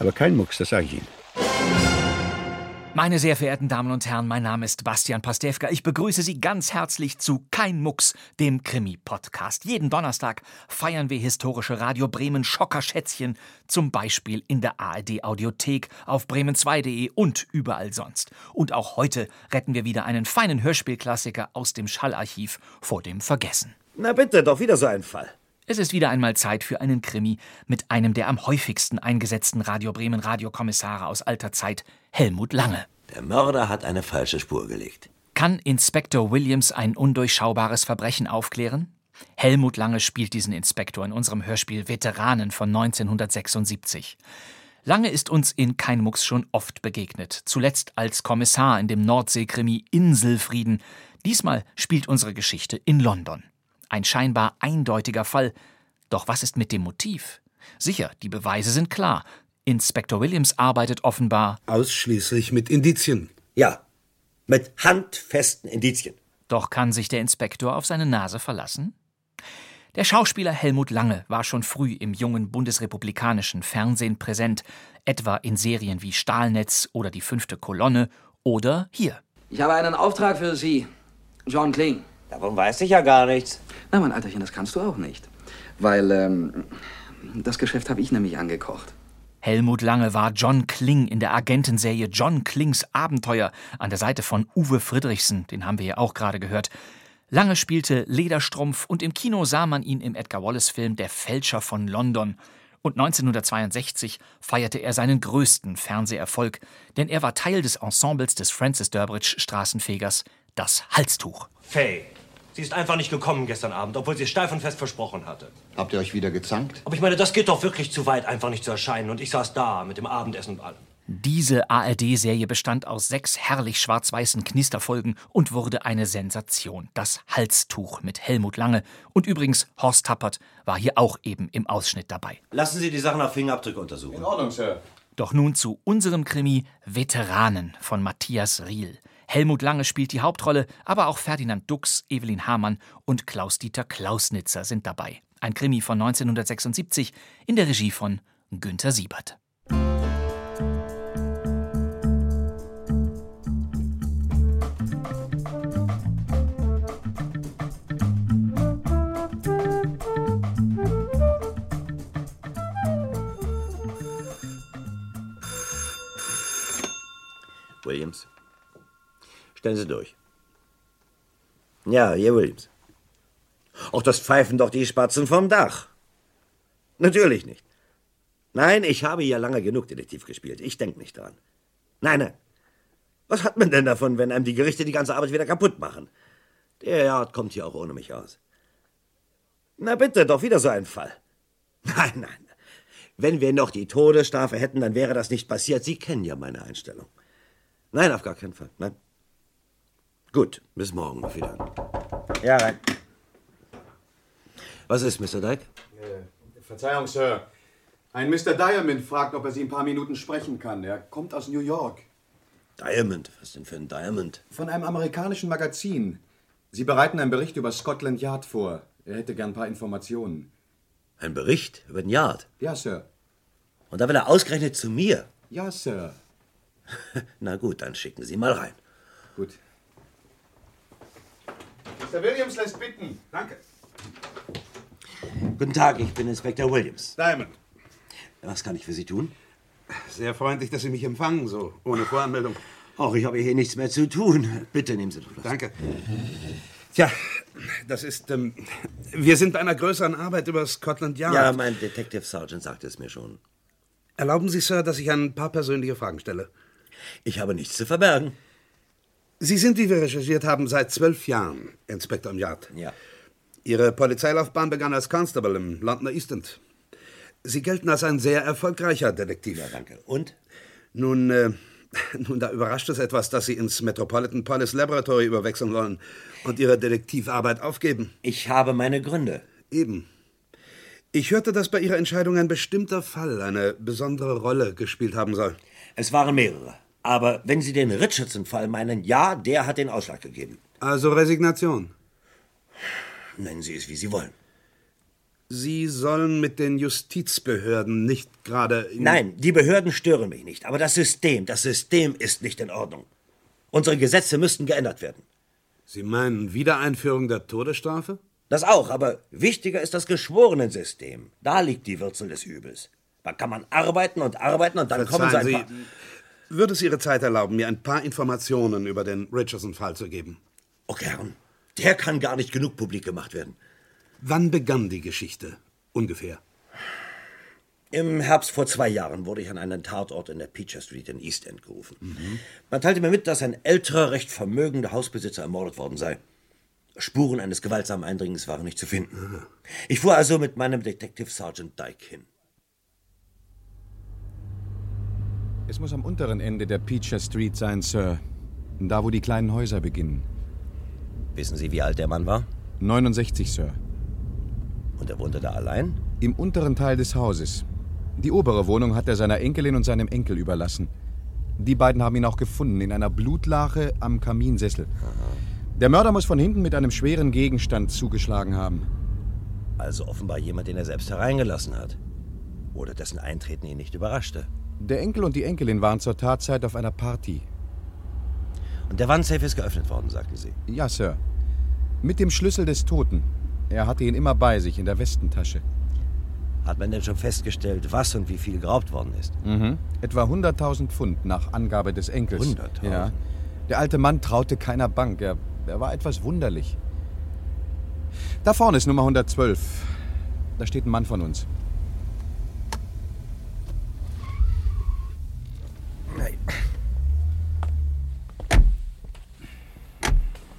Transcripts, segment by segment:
Aber kein Mucks, das sage ich Ihnen. Meine sehr verehrten Damen und Herren, mein Name ist Bastian Pastewka. Ich begrüße Sie ganz herzlich zu Kein Mucks, dem Krimi-Podcast. Jeden Donnerstag feiern wir historische Radio Bremen Schockerschätzchen, zum Beispiel in der ARD-Audiothek, auf bremen2.de und überall sonst. Und auch heute retten wir wieder einen feinen Hörspielklassiker aus dem Schallarchiv vor dem Vergessen. Na bitte, doch wieder so ein Fall. Es ist wieder einmal Zeit für einen Krimi mit einem der am häufigsten eingesetzten Radio Bremen Radiokommissare aus alter Zeit, Helmut Lange. Der Mörder hat eine falsche Spur gelegt. Kann Inspektor Williams ein undurchschaubares Verbrechen aufklären? Helmut Lange spielt diesen Inspektor in unserem Hörspiel Veteranen von 1976. Lange ist uns in Kein Mucks schon oft begegnet, zuletzt als Kommissar in dem Nordseekrimi Inselfrieden. Diesmal spielt unsere Geschichte in London. Ein scheinbar eindeutiger Fall. Doch was ist mit dem Motiv? Sicher, die Beweise sind klar. Inspektor Williams arbeitet offenbar Ausschließlich mit Indizien. Ja, mit handfesten Indizien. Doch kann sich der Inspektor auf seine Nase verlassen? Der Schauspieler Helmut Lange war schon früh im jungen bundesrepublikanischen Fernsehen präsent, etwa in Serien wie Stahlnetz oder Die fünfte Kolonne oder hier. Ich habe einen Auftrag für Sie, John Kling. Davon weiß ich ja gar nichts. Na, mein Alterchen, das kannst du auch nicht. Weil, ähm, das Geschäft habe ich nämlich angekocht. Helmut Lange war John Kling in der Agentenserie John Klings Abenteuer an der Seite von Uwe Friedrichsen, den haben wir ja auch gerade gehört. Lange spielte Lederstrumpf und im Kino sah man ihn im Edgar Wallace-Film Der Fälscher von London. Und 1962 feierte er seinen größten Fernseherfolg, denn er war Teil des Ensembles des Francis Durbridge Straßenfegers Das Halstuch. Faye, sie ist einfach nicht gekommen gestern Abend, obwohl sie es steif und fest versprochen hatte. Habt ihr euch wieder gezankt? Aber ich meine, das geht doch wirklich zu weit, einfach nicht zu erscheinen. Und ich saß da mit dem Abendessen und allem. Diese ARD-Serie bestand aus sechs herrlich schwarz-weißen Knisterfolgen und wurde eine Sensation. Das Halstuch mit Helmut Lange. Und übrigens, Horst Tappert war hier auch eben im Ausschnitt dabei. Lassen Sie die Sache nach Fingerabdrücken untersuchen. Doch nun zu unserem Krimi Veteranen von Matthias Riel. Helmut Lange spielt die Hauptrolle, aber auch Ferdinand Dux, Evelyn Hamann und Klaus-Dieter Klausnitzer sind dabei. Ein Krimi von 1976 in der Regie von Günter Siebert. Williams, stellen Sie durch. Ja, hier Williams. Auch das pfeifen doch die Spatzen vom Dach. Natürlich nicht. Nein, ich habe ja lange genug Detektiv gespielt. Ich denke nicht dran. Nein, nein. Was hat man denn davon, wenn einem die Gerichte die ganze Arbeit wieder kaputt machen? Der Jahr kommt hier auch ohne mich aus. Na bitte, doch wieder so ein Fall. Nein, nein. Wenn wir noch die Todesstrafe hätten, dann wäre das nicht passiert. Sie kennen ja meine Einstellung. Nein, auf gar keinen Fall. Nein. Gut, bis morgen auf wieder. Ja, rein. Was ist, Mr. Dyke? Verzeihung, Sir. Ein Mr. Diamond fragt, ob er Sie ein paar Minuten sprechen kann. Er kommt aus New York. Diamond. Was denn für ein Diamond? Von einem amerikanischen Magazin. Sie bereiten einen Bericht über Scotland Yard vor. Er hätte gern ein paar Informationen. Ein Bericht über den Yard. Ja, Sir. Und da will er ausgerechnet zu mir. Ja, Sir. Na gut, dann schicken Sie mal rein. Gut. Mr. Williams lässt bitten. Danke. Guten Tag, ich bin Inspektor Williams. Diamond, Was kann ich für Sie tun? sehr freundlich, dass Sie mich empfangen, so ohne Voranmeldung. Ach, ich habe hier nichts mehr zu tun. Bitte nehmen Sie doch was. Danke. Tja, das ist. Ähm, wir sind bei einer größeren Arbeit über Scotland Yard. Ja, mein Detective Sergeant sagte es mir schon. Erlauben Sie, Sir, dass ich ein paar persönliche Fragen stelle. Ich habe nichts zu verbergen. Sie sind, wie wir recherchiert haben, seit zwölf Jahren Inspektor im Yard. Ja. Ihre Polizeilaufbahn begann als Constable im Londoner East End. Sie gelten als ein sehr erfolgreicher Detektiv. Danke. Und? Nun, äh, nun, da überrascht es etwas, dass Sie ins Metropolitan Police Laboratory überwechseln wollen und Ihre Detektivarbeit aufgeben. Ich habe meine Gründe. Eben. Ich hörte, dass bei Ihrer Entscheidung ein bestimmter Fall eine besondere Rolle gespielt haben soll. Es waren mehrere. Aber wenn Sie den Richardson-Fall meinen, ja, der hat den Ausschlag gegeben. Also Resignation. Nennen Sie es, wie Sie wollen. Sie sollen mit den Justizbehörden nicht gerade. in- Nein, die Behörden stören mich nicht. Aber das System, das System ist nicht in Ordnung. Unsere Gesetze müssten geändert werden. Sie meinen Wiedereinführung der Todesstrafe? Das auch, aber wichtiger ist das Geschworenensystem. Da liegt die Wurzel des Übels. Da kann man arbeiten und arbeiten und dann kommen Verzeihen sie ein paar... Sie, würde es Ihre Zeit erlauben, mir ein paar Informationen über den Richardson-Fall zu geben? Oh, gern. Der kann gar nicht genug publik gemacht werden. Wann begann die Geschichte? Ungefähr. Im Herbst vor zwei Jahren wurde ich an einen Tatort in der Peacher Street in East End gerufen. Man teilte mir mit, dass ein älterer, recht vermögender Hausbesitzer ermordet worden sei. Spuren eines gewaltsamen Eindringens waren nicht zu finden. Ich fuhr also mit meinem Detective Sergeant Dyke hin. Es muss am unteren Ende der Peacher Street sein, Sir. Da, wo die kleinen Häuser beginnen. Wissen Sie, wie alt der Mann war? 69, Sir. Und er wohnte da allein? Im unteren Teil des Hauses. Die obere Wohnung hat er seiner Enkelin und seinem Enkel überlassen. Die beiden haben ihn auch gefunden, in einer Blutlache am Kaminsessel. Der Mörder muss von hinten mit einem schweren Gegenstand zugeschlagen haben. Also offenbar jemand, den er selbst hereingelassen hat. Oder dessen Eintreten ihn nicht überraschte. Der Enkel und die Enkelin waren zur Tatzeit auf einer Party. Und der Wandsafe ist geöffnet worden, sagten Sie. Ja, Sir. Mit dem Schlüssel des Toten. Er hatte ihn immer bei sich in der Westentasche. Hat man denn schon festgestellt, was und wie viel geraubt worden ist? Mhm. Etwa 100.000 Pfund nach Angabe des Enkels. 100.000? Ja. Der alte Mann traute keiner Bank. Er, er war etwas wunderlich. Da vorne ist Nummer 112. Da steht ein Mann von uns.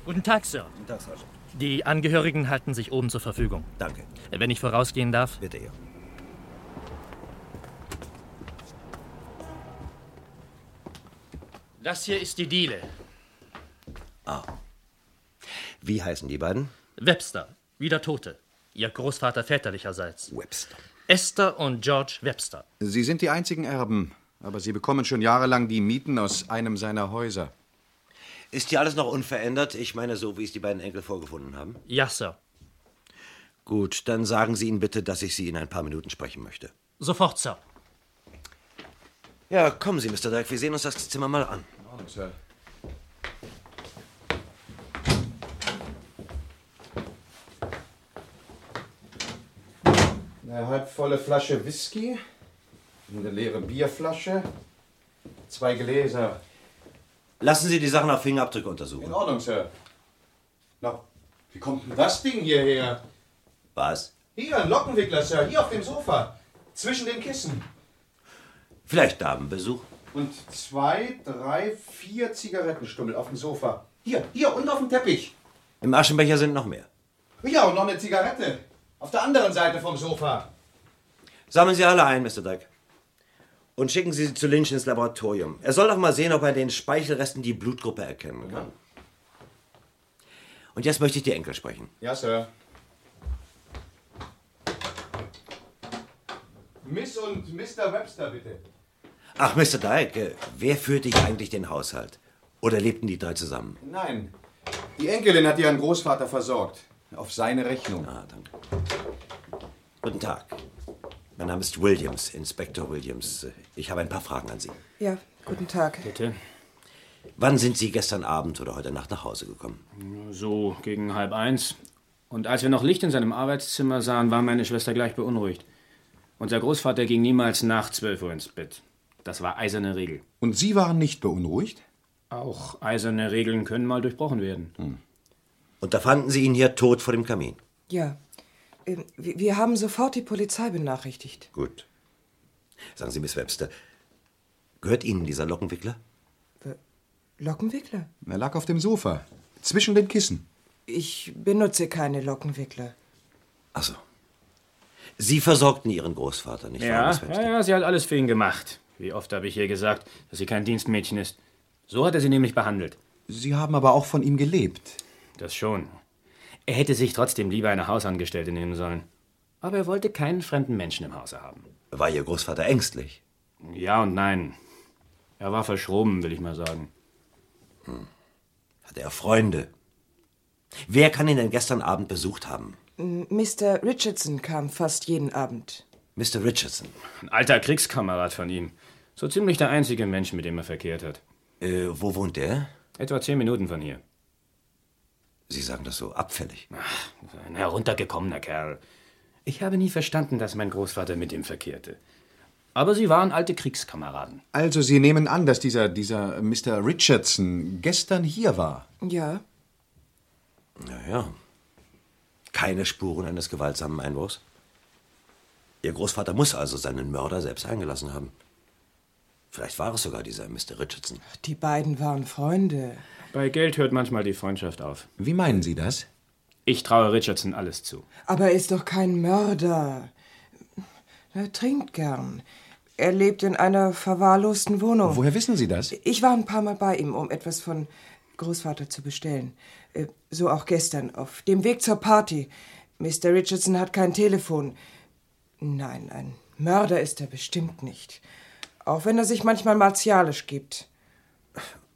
Guten Tag, Sir. Guten Tag, Sergeant. Die Angehörigen halten sich oben zur Verfügung. Danke. Wenn ich vorausgehen darf. Bitte, ja. Das hier ist die Diele. Wie heißen die beiden? Webster, wieder Tote. Ihr Großvater väterlicherseits. Webster. Esther und George Webster. Sie sind die einzigen Erben, aber Sie bekommen schon jahrelang die Mieten aus einem seiner Häuser. Ist hier alles noch unverändert? Ich meine, so wie es die beiden Enkel vorgefunden haben. Ja, Sir. Gut, dann sagen Sie ihnen bitte, dass ich Sie in ein paar Minuten sprechen möchte. Sofort, Sir. Ja, kommen Sie, Mr. Dyke. Wir sehen uns das Zimmer mal an. In Ordnung, Sir. Eine halbvolle Flasche Whisky, eine leere Bierflasche, zwei Gläser. Lassen Sie die Sachen auf Fingerabdrücke untersuchen. Ordnung, Sir. Na, wie kommt denn das Ding hierher? Was? Hier, ein Lockenwickler, Sir, hier auf dem Sofa, zwischen den Kissen. Vielleicht Damenbesuch. Und zwei, drei, vier Zigarettenstummel auf dem Sofa. Hier, hier und auf dem Teppich. Im Aschenbecher sind noch mehr. Ja, und noch eine Zigarette. Auf der anderen Seite vom Sofa. Sammeln Sie alle ein, Mr. Dyke. Und schicken Sie sie zu Lynch ins Laboratorium. Er soll doch mal sehen, ob er in den Speichelresten die Blutgruppe erkennen kann. Und jetzt möchte ich die Enkel sprechen. Ja, Sir. Miss und Mr. Webster, bitte. Ach, Mr. Dyke, äh, wer führt dich eigentlich den Haushalt? Oder lebten die drei zusammen? Nein. Die Enkelin hat ihren Großvater versorgt. Auf seine Rechnung. Ah, danke. Guten Tag. Mein Name ist Williams, Inspektor Williams. Ich habe ein paar Fragen an Sie. Ja, guten Tag. Bitte. Wann sind Sie gestern Abend oder heute Nacht nach Hause gekommen? So gegen halb eins. Und als wir noch Licht in seinem Arbeitszimmer sahen, war meine Schwester gleich beunruhigt. Unser Großvater ging niemals nach 12 Uhr ins Bett. Das war eiserne Regel. Und Sie waren nicht beunruhigt? Auch eiserne Regeln können mal durchbrochen werden. Und da fanden Sie ihn hier tot vor dem Kamin. Ja. Ähm, Wir wir haben sofort die Polizei benachrichtigt. Gut. Sagen Sie, Miss Webster, gehört Ihnen dieser Lockenwickler? Lockenwickler? Er lag auf dem Sofa. Zwischen den Kissen. Ich benutze keine Lockenwickler. Sie versorgten Ihren Großvater, nicht wahr, Ja, Miss Webster? ja, ja, sie hat alles für ihn gemacht. Wie oft habe ich ihr gesagt, dass sie kein Dienstmädchen ist. So hat er sie nämlich behandelt. Sie haben aber auch von ihm gelebt. Das schon. Er hätte sich trotzdem lieber eine Hausangestellte nehmen sollen. Aber er wollte keinen fremden Menschen im Hause haben. War Ihr Großvater ängstlich? Ja und nein. Er war verschroben, will ich mal sagen. Hatte Hm. er Freunde? Wer kann ihn denn gestern Abend besucht haben? M- Mr. Richardson kam fast jeden Abend. Mr. Richardson. Ein alter Kriegskamerad von ihm. So ziemlich der einzige Mensch, mit dem er verkehrt hat. Äh, wo wohnt er? Etwa zehn Minuten von hier. Sie sagen das so abfällig. Ach, ein heruntergekommener Kerl. Ich habe nie verstanden, dass mein Großvater mit ihm verkehrte. Aber sie waren alte Kriegskameraden. Also, Sie nehmen an, dass dieser, dieser Mr. Richardson gestern hier war. Ja. Naja. Keine Spuren eines gewaltsamen Einbruchs. Ihr Großvater muss also seinen Mörder selbst eingelassen haben. Vielleicht war es sogar dieser Mr. Richardson. Die beiden waren Freunde. Bei Geld hört manchmal die Freundschaft auf. Wie meinen Sie das? Ich traue Richardson alles zu. Aber er ist doch kein Mörder. Er trinkt gern. Er lebt in einer verwahrlosten Wohnung. Woher wissen Sie das? Ich war ein paar Mal bei ihm, um etwas von Großvater zu bestellen. Äh, So auch gestern, auf dem Weg zur Party. Mr. Richardson hat kein Telefon. Nein, ein Mörder ist er bestimmt nicht. Auch wenn er sich manchmal martialisch gibt.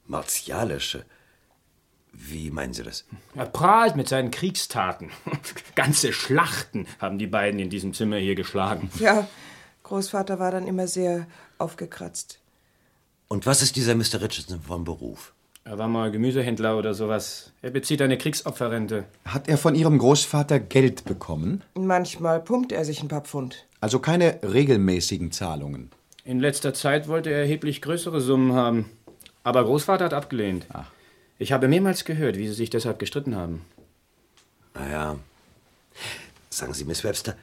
Martialische. Wie meinen Sie das? Er prahlt mit seinen Kriegstaten. Ganze Schlachten haben die beiden in diesem Zimmer hier geschlagen. Ja, Großvater war dann immer sehr aufgekratzt. Und was ist dieser Mr. Richardson von Beruf? Er war mal Gemüsehändler oder sowas. Er bezieht eine Kriegsopferrente. Hat er von Ihrem Großvater Geld bekommen? Manchmal pumpt er sich ein paar Pfund. Also keine regelmäßigen Zahlungen. In letzter Zeit wollte er erheblich größere Summen haben. Aber Großvater hat abgelehnt. Ich habe mehrmals gehört, wie sie sich deshalb gestritten haben. Naja. Sagen Sie, Miss Webster,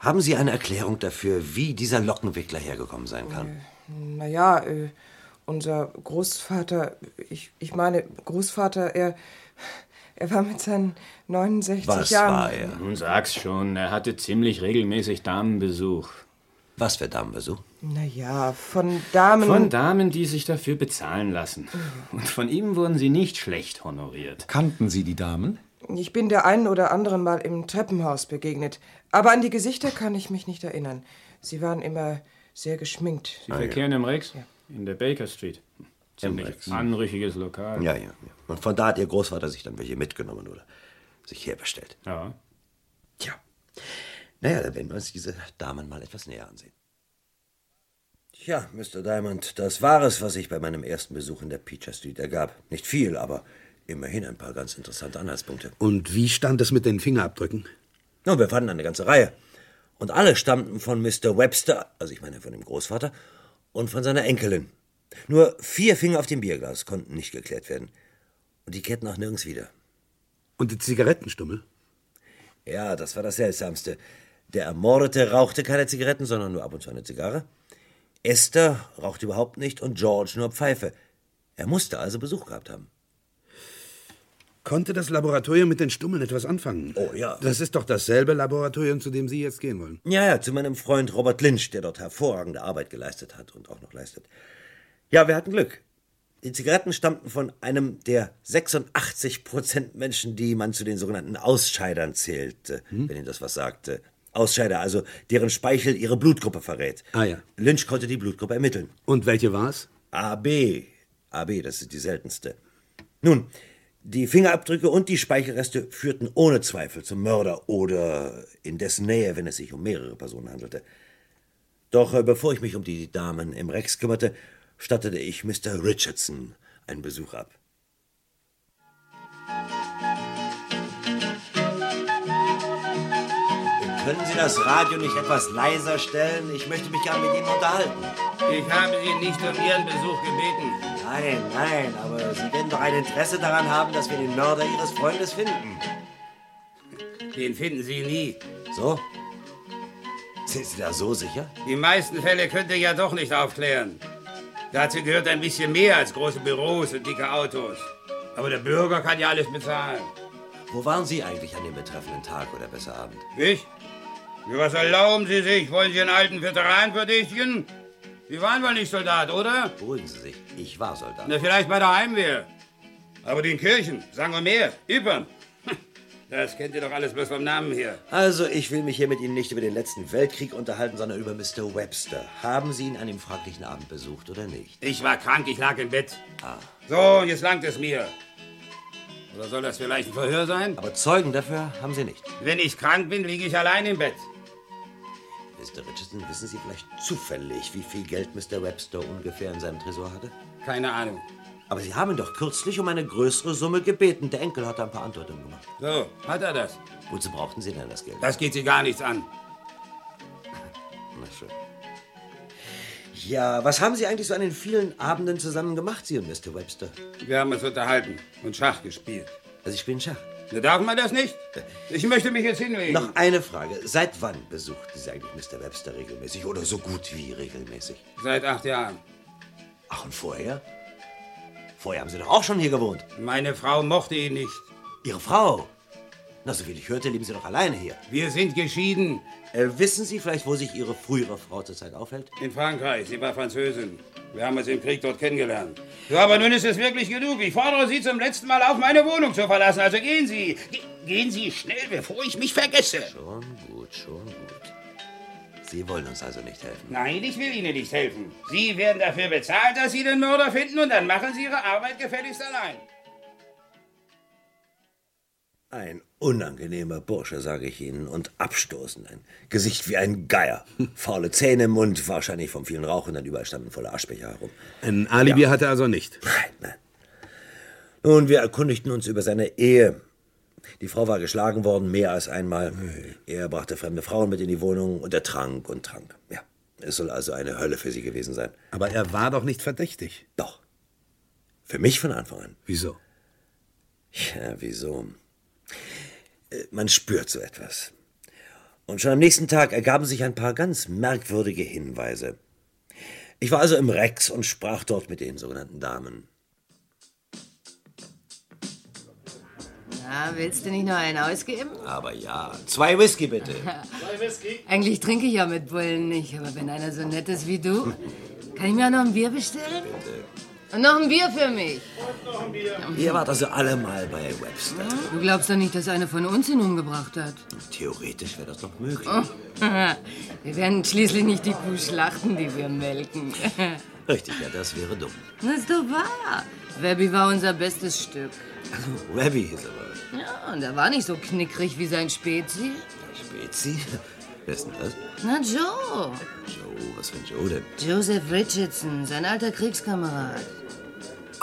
haben Sie eine Erklärung dafür, wie dieser Lockenwickler hergekommen sein kann? Naja, äh, unser Großvater, ich, ich meine, Großvater, er, er war mit seinen 69 Jahren. er? Nun sag's schon, er hatte ziemlich regelmäßig Damenbesuch. Was für Damenbesuch? Naja, von Damen. Von Damen, die sich dafür bezahlen lassen. Und von ihm wurden sie nicht schlecht honoriert. Kannten Sie die Damen? ich bin der einen oder anderen mal im Treppenhaus begegnet, aber an die Gesichter kann ich mich nicht erinnern. Sie waren immer sehr geschminkt. Sie verkehren im Rex? In der Baker Street. Ziemlich Rex. anrüchiges Lokal. Ja, ja, ja. Und von da hat Ihr Großvater sich dann welche mitgenommen oder sich herbestellt. Ja. Tja. Naja, dann werden wir uns diese Damen mal etwas näher ansehen. Tja, Mr. Diamond, das war es, was ich bei meinem ersten Besuch in der Peacher Street ergab. Nicht viel, aber immerhin ein paar ganz interessante Anhaltspunkte. Und wie stand es mit den Fingerabdrücken? Nun, wir fanden eine ganze Reihe. Und alle stammten von Mr. Webster, also ich meine von dem Großvater, und von seiner Enkelin. Nur vier Finger auf dem Bierglas konnten nicht geklärt werden. Und die kehrten auch nirgends wieder. Und die Zigarettenstummel? Ja, das war das Seltsamste. Der Ermordete rauchte keine Zigaretten, sondern nur ab und zu eine Zigarre. Esther rauchte überhaupt nicht und George nur Pfeife. Er musste also Besuch gehabt haben. Konnte das Laboratorium mit den Stummeln etwas anfangen? Oh ja. Das ist doch dasselbe Laboratorium, zu dem Sie jetzt gehen wollen. Ja, ja, zu meinem Freund Robert Lynch, der dort hervorragende Arbeit geleistet hat und auch noch leistet. Ja, wir hatten Glück. Die Zigaretten stammten von einem der 86 Prozent Menschen, die man zu den sogenannten Ausscheidern zählte, Hm? wenn Ihnen das was sagte. Ausscheider, also deren Speichel ihre Blutgruppe verrät. Ah ja. Lynch konnte die Blutgruppe ermitteln. Und welche war's? AB. AB, das ist die seltenste. Nun, die Fingerabdrücke und die Speichelreste führten ohne Zweifel zum Mörder oder in dessen Nähe, wenn es sich um mehrere Personen handelte. Doch äh, bevor ich mich um die Damen im Rex kümmerte, stattete ich Mr. Richardson einen Besuch ab. Können Sie das Radio nicht etwas leiser stellen? Ich möchte mich gerne mit Ihnen unterhalten. Ich habe Sie nicht um Ihren Besuch gebeten. Nein, nein, aber Sie werden doch ein Interesse daran haben, dass wir den Mörder Ihres Freundes finden. Den finden Sie nie. So? Sind Sie da so sicher? Die meisten Fälle könnt ihr ja doch nicht aufklären. Dazu gehört ein bisschen mehr als große Büros und dicke Autos. Aber der Bürger kann ja alles bezahlen. Wo waren Sie eigentlich an dem betreffenden Tag oder besser Abend? Ich? Ja, Was erlauben Sie sich? Wollen Sie einen alten Veteran verdächtigen? Sie waren wohl nicht Soldat, oder? Beruhigen Sie sich, ich war Soldat. Na, vielleicht bei der Heimwehr. Aber den Kirchen, Sangomer, Ypern. Hm, Das kennt ihr doch alles bloß vom Namen her. Also, ich will mich hier mit Ihnen nicht über den letzten Weltkrieg unterhalten, sondern über Mr. Webster. Haben Sie ihn an dem fraglichen Abend besucht oder nicht? Ich war krank, ich lag im Bett. Ah. So, und jetzt langt es mir. Oder soll das vielleicht ein Verhör sein? Aber Zeugen dafür haben Sie nicht. Wenn ich krank bin, liege ich allein im Bett. Mr. Richardson, wissen Sie vielleicht zufällig, wie viel Geld Mr. Webster ungefähr in seinem Tresor hatte? Keine Ahnung. Aber Sie haben ihn doch kürzlich um eine größere Summe gebeten. Der Enkel hat da ein paar Andeutungen gemacht. So, hat er das. Wozu brauchten Sie denn das Geld? Das geht sie gar nichts an. Na schön. Ja, was haben Sie eigentlich so an den vielen Abenden zusammen gemacht, Sie und Mr. Webster? Wir haben uns unterhalten und Schach gespielt. Also, Sie spielen Schach. Na, darf man das nicht? Ich möchte mich jetzt hinlegen. Noch eine Frage. Seit wann besuchten Sie eigentlich Mr. Webster regelmäßig oder so gut wie regelmäßig? Seit acht Jahren. Ach, und vorher? Vorher haben Sie doch auch schon hier gewohnt. Meine Frau mochte ihn nicht. Ihre Frau? Na, so viel ich hörte, leben Sie doch alleine hier. Wir sind geschieden. Äh, wissen Sie vielleicht, wo sich Ihre frühere Frau zurzeit aufhält? In Frankreich. Sie war Französin. Wir haben uns im Krieg dort kennengelernt. So, aber nun ist es wirklich genug. Ich fordere Sie zum letzten Mal auf, meine Wohnung zu verlassen. Also gehen Sie. Ge gehen Sie schnell, bevor ich mich vergesse. Schon gut, schon gut. Sie wollen uns also nicht helfen. Nein, ich will Ihnen nicht helfen. Sie werden dafür bezahlt, dass Sie den Mörder finden und dann machen Sie Ihre Arbeit gefälligst allein. Ein. Unangenehmer Bursche, sage ich Ihnen, und abstoßend. Ein Gesicht wie ein Geier. Faule Zähne im Mund, wahrscheinlich vom vielen Rauchen, dann überall standen volle Aschbecher herum. Ein Alibi hat er also nicht. Nein, nein. Nun, wir erkundigten uns über seine Ehe. Die Frau war geschlagen worden, mehr als einmal. Er brachte fremde Frauen mit in die Wohnung und er trank und trank. Ja, es soll also eine Hölle für sie gewesen sein. Aber er war doch nicht verdächtig. Doch. Für mich von Anfang an. Wieso? Ja, wieso? Äh, Man spürt so etwas. Und schon am nächsten Tag ergaben sich ein paar ganz merkwürdige Hinweise. Ich war also im Rex und sprach dort mit den sogenannten Damen. Na, Ah, willst du nicht noch einen ausgeben? Aber ja, zwei Whisky bitte. Eigentlich trinke ich ja mit Bullen nicht, aber wenn einer so nett ist wie du, kann ich mir auch noch ein Bier bestellen? Und noch ein Bier für mich. Ihr wart also alle mal bei Webster. Du glaubst doch nicht, dass einer von uns ihn umgebracht hat. Theoretisch wäre das doch möglich. Oh, wir werden schließlich nicht die Kuh schlachten, die wir melken. Richtig, ja, das wäre dumm. Das ist doch wahr. Webby war unser bestes Stück. Webby hieß er aber. Ja, und er war nicht so knickrig wie sein Spezi. Spezi? Wer ist denn das? Na, Joe. Joe, was für ein Joe denn? Joseph Richardson, sein alter Kriegskamerad.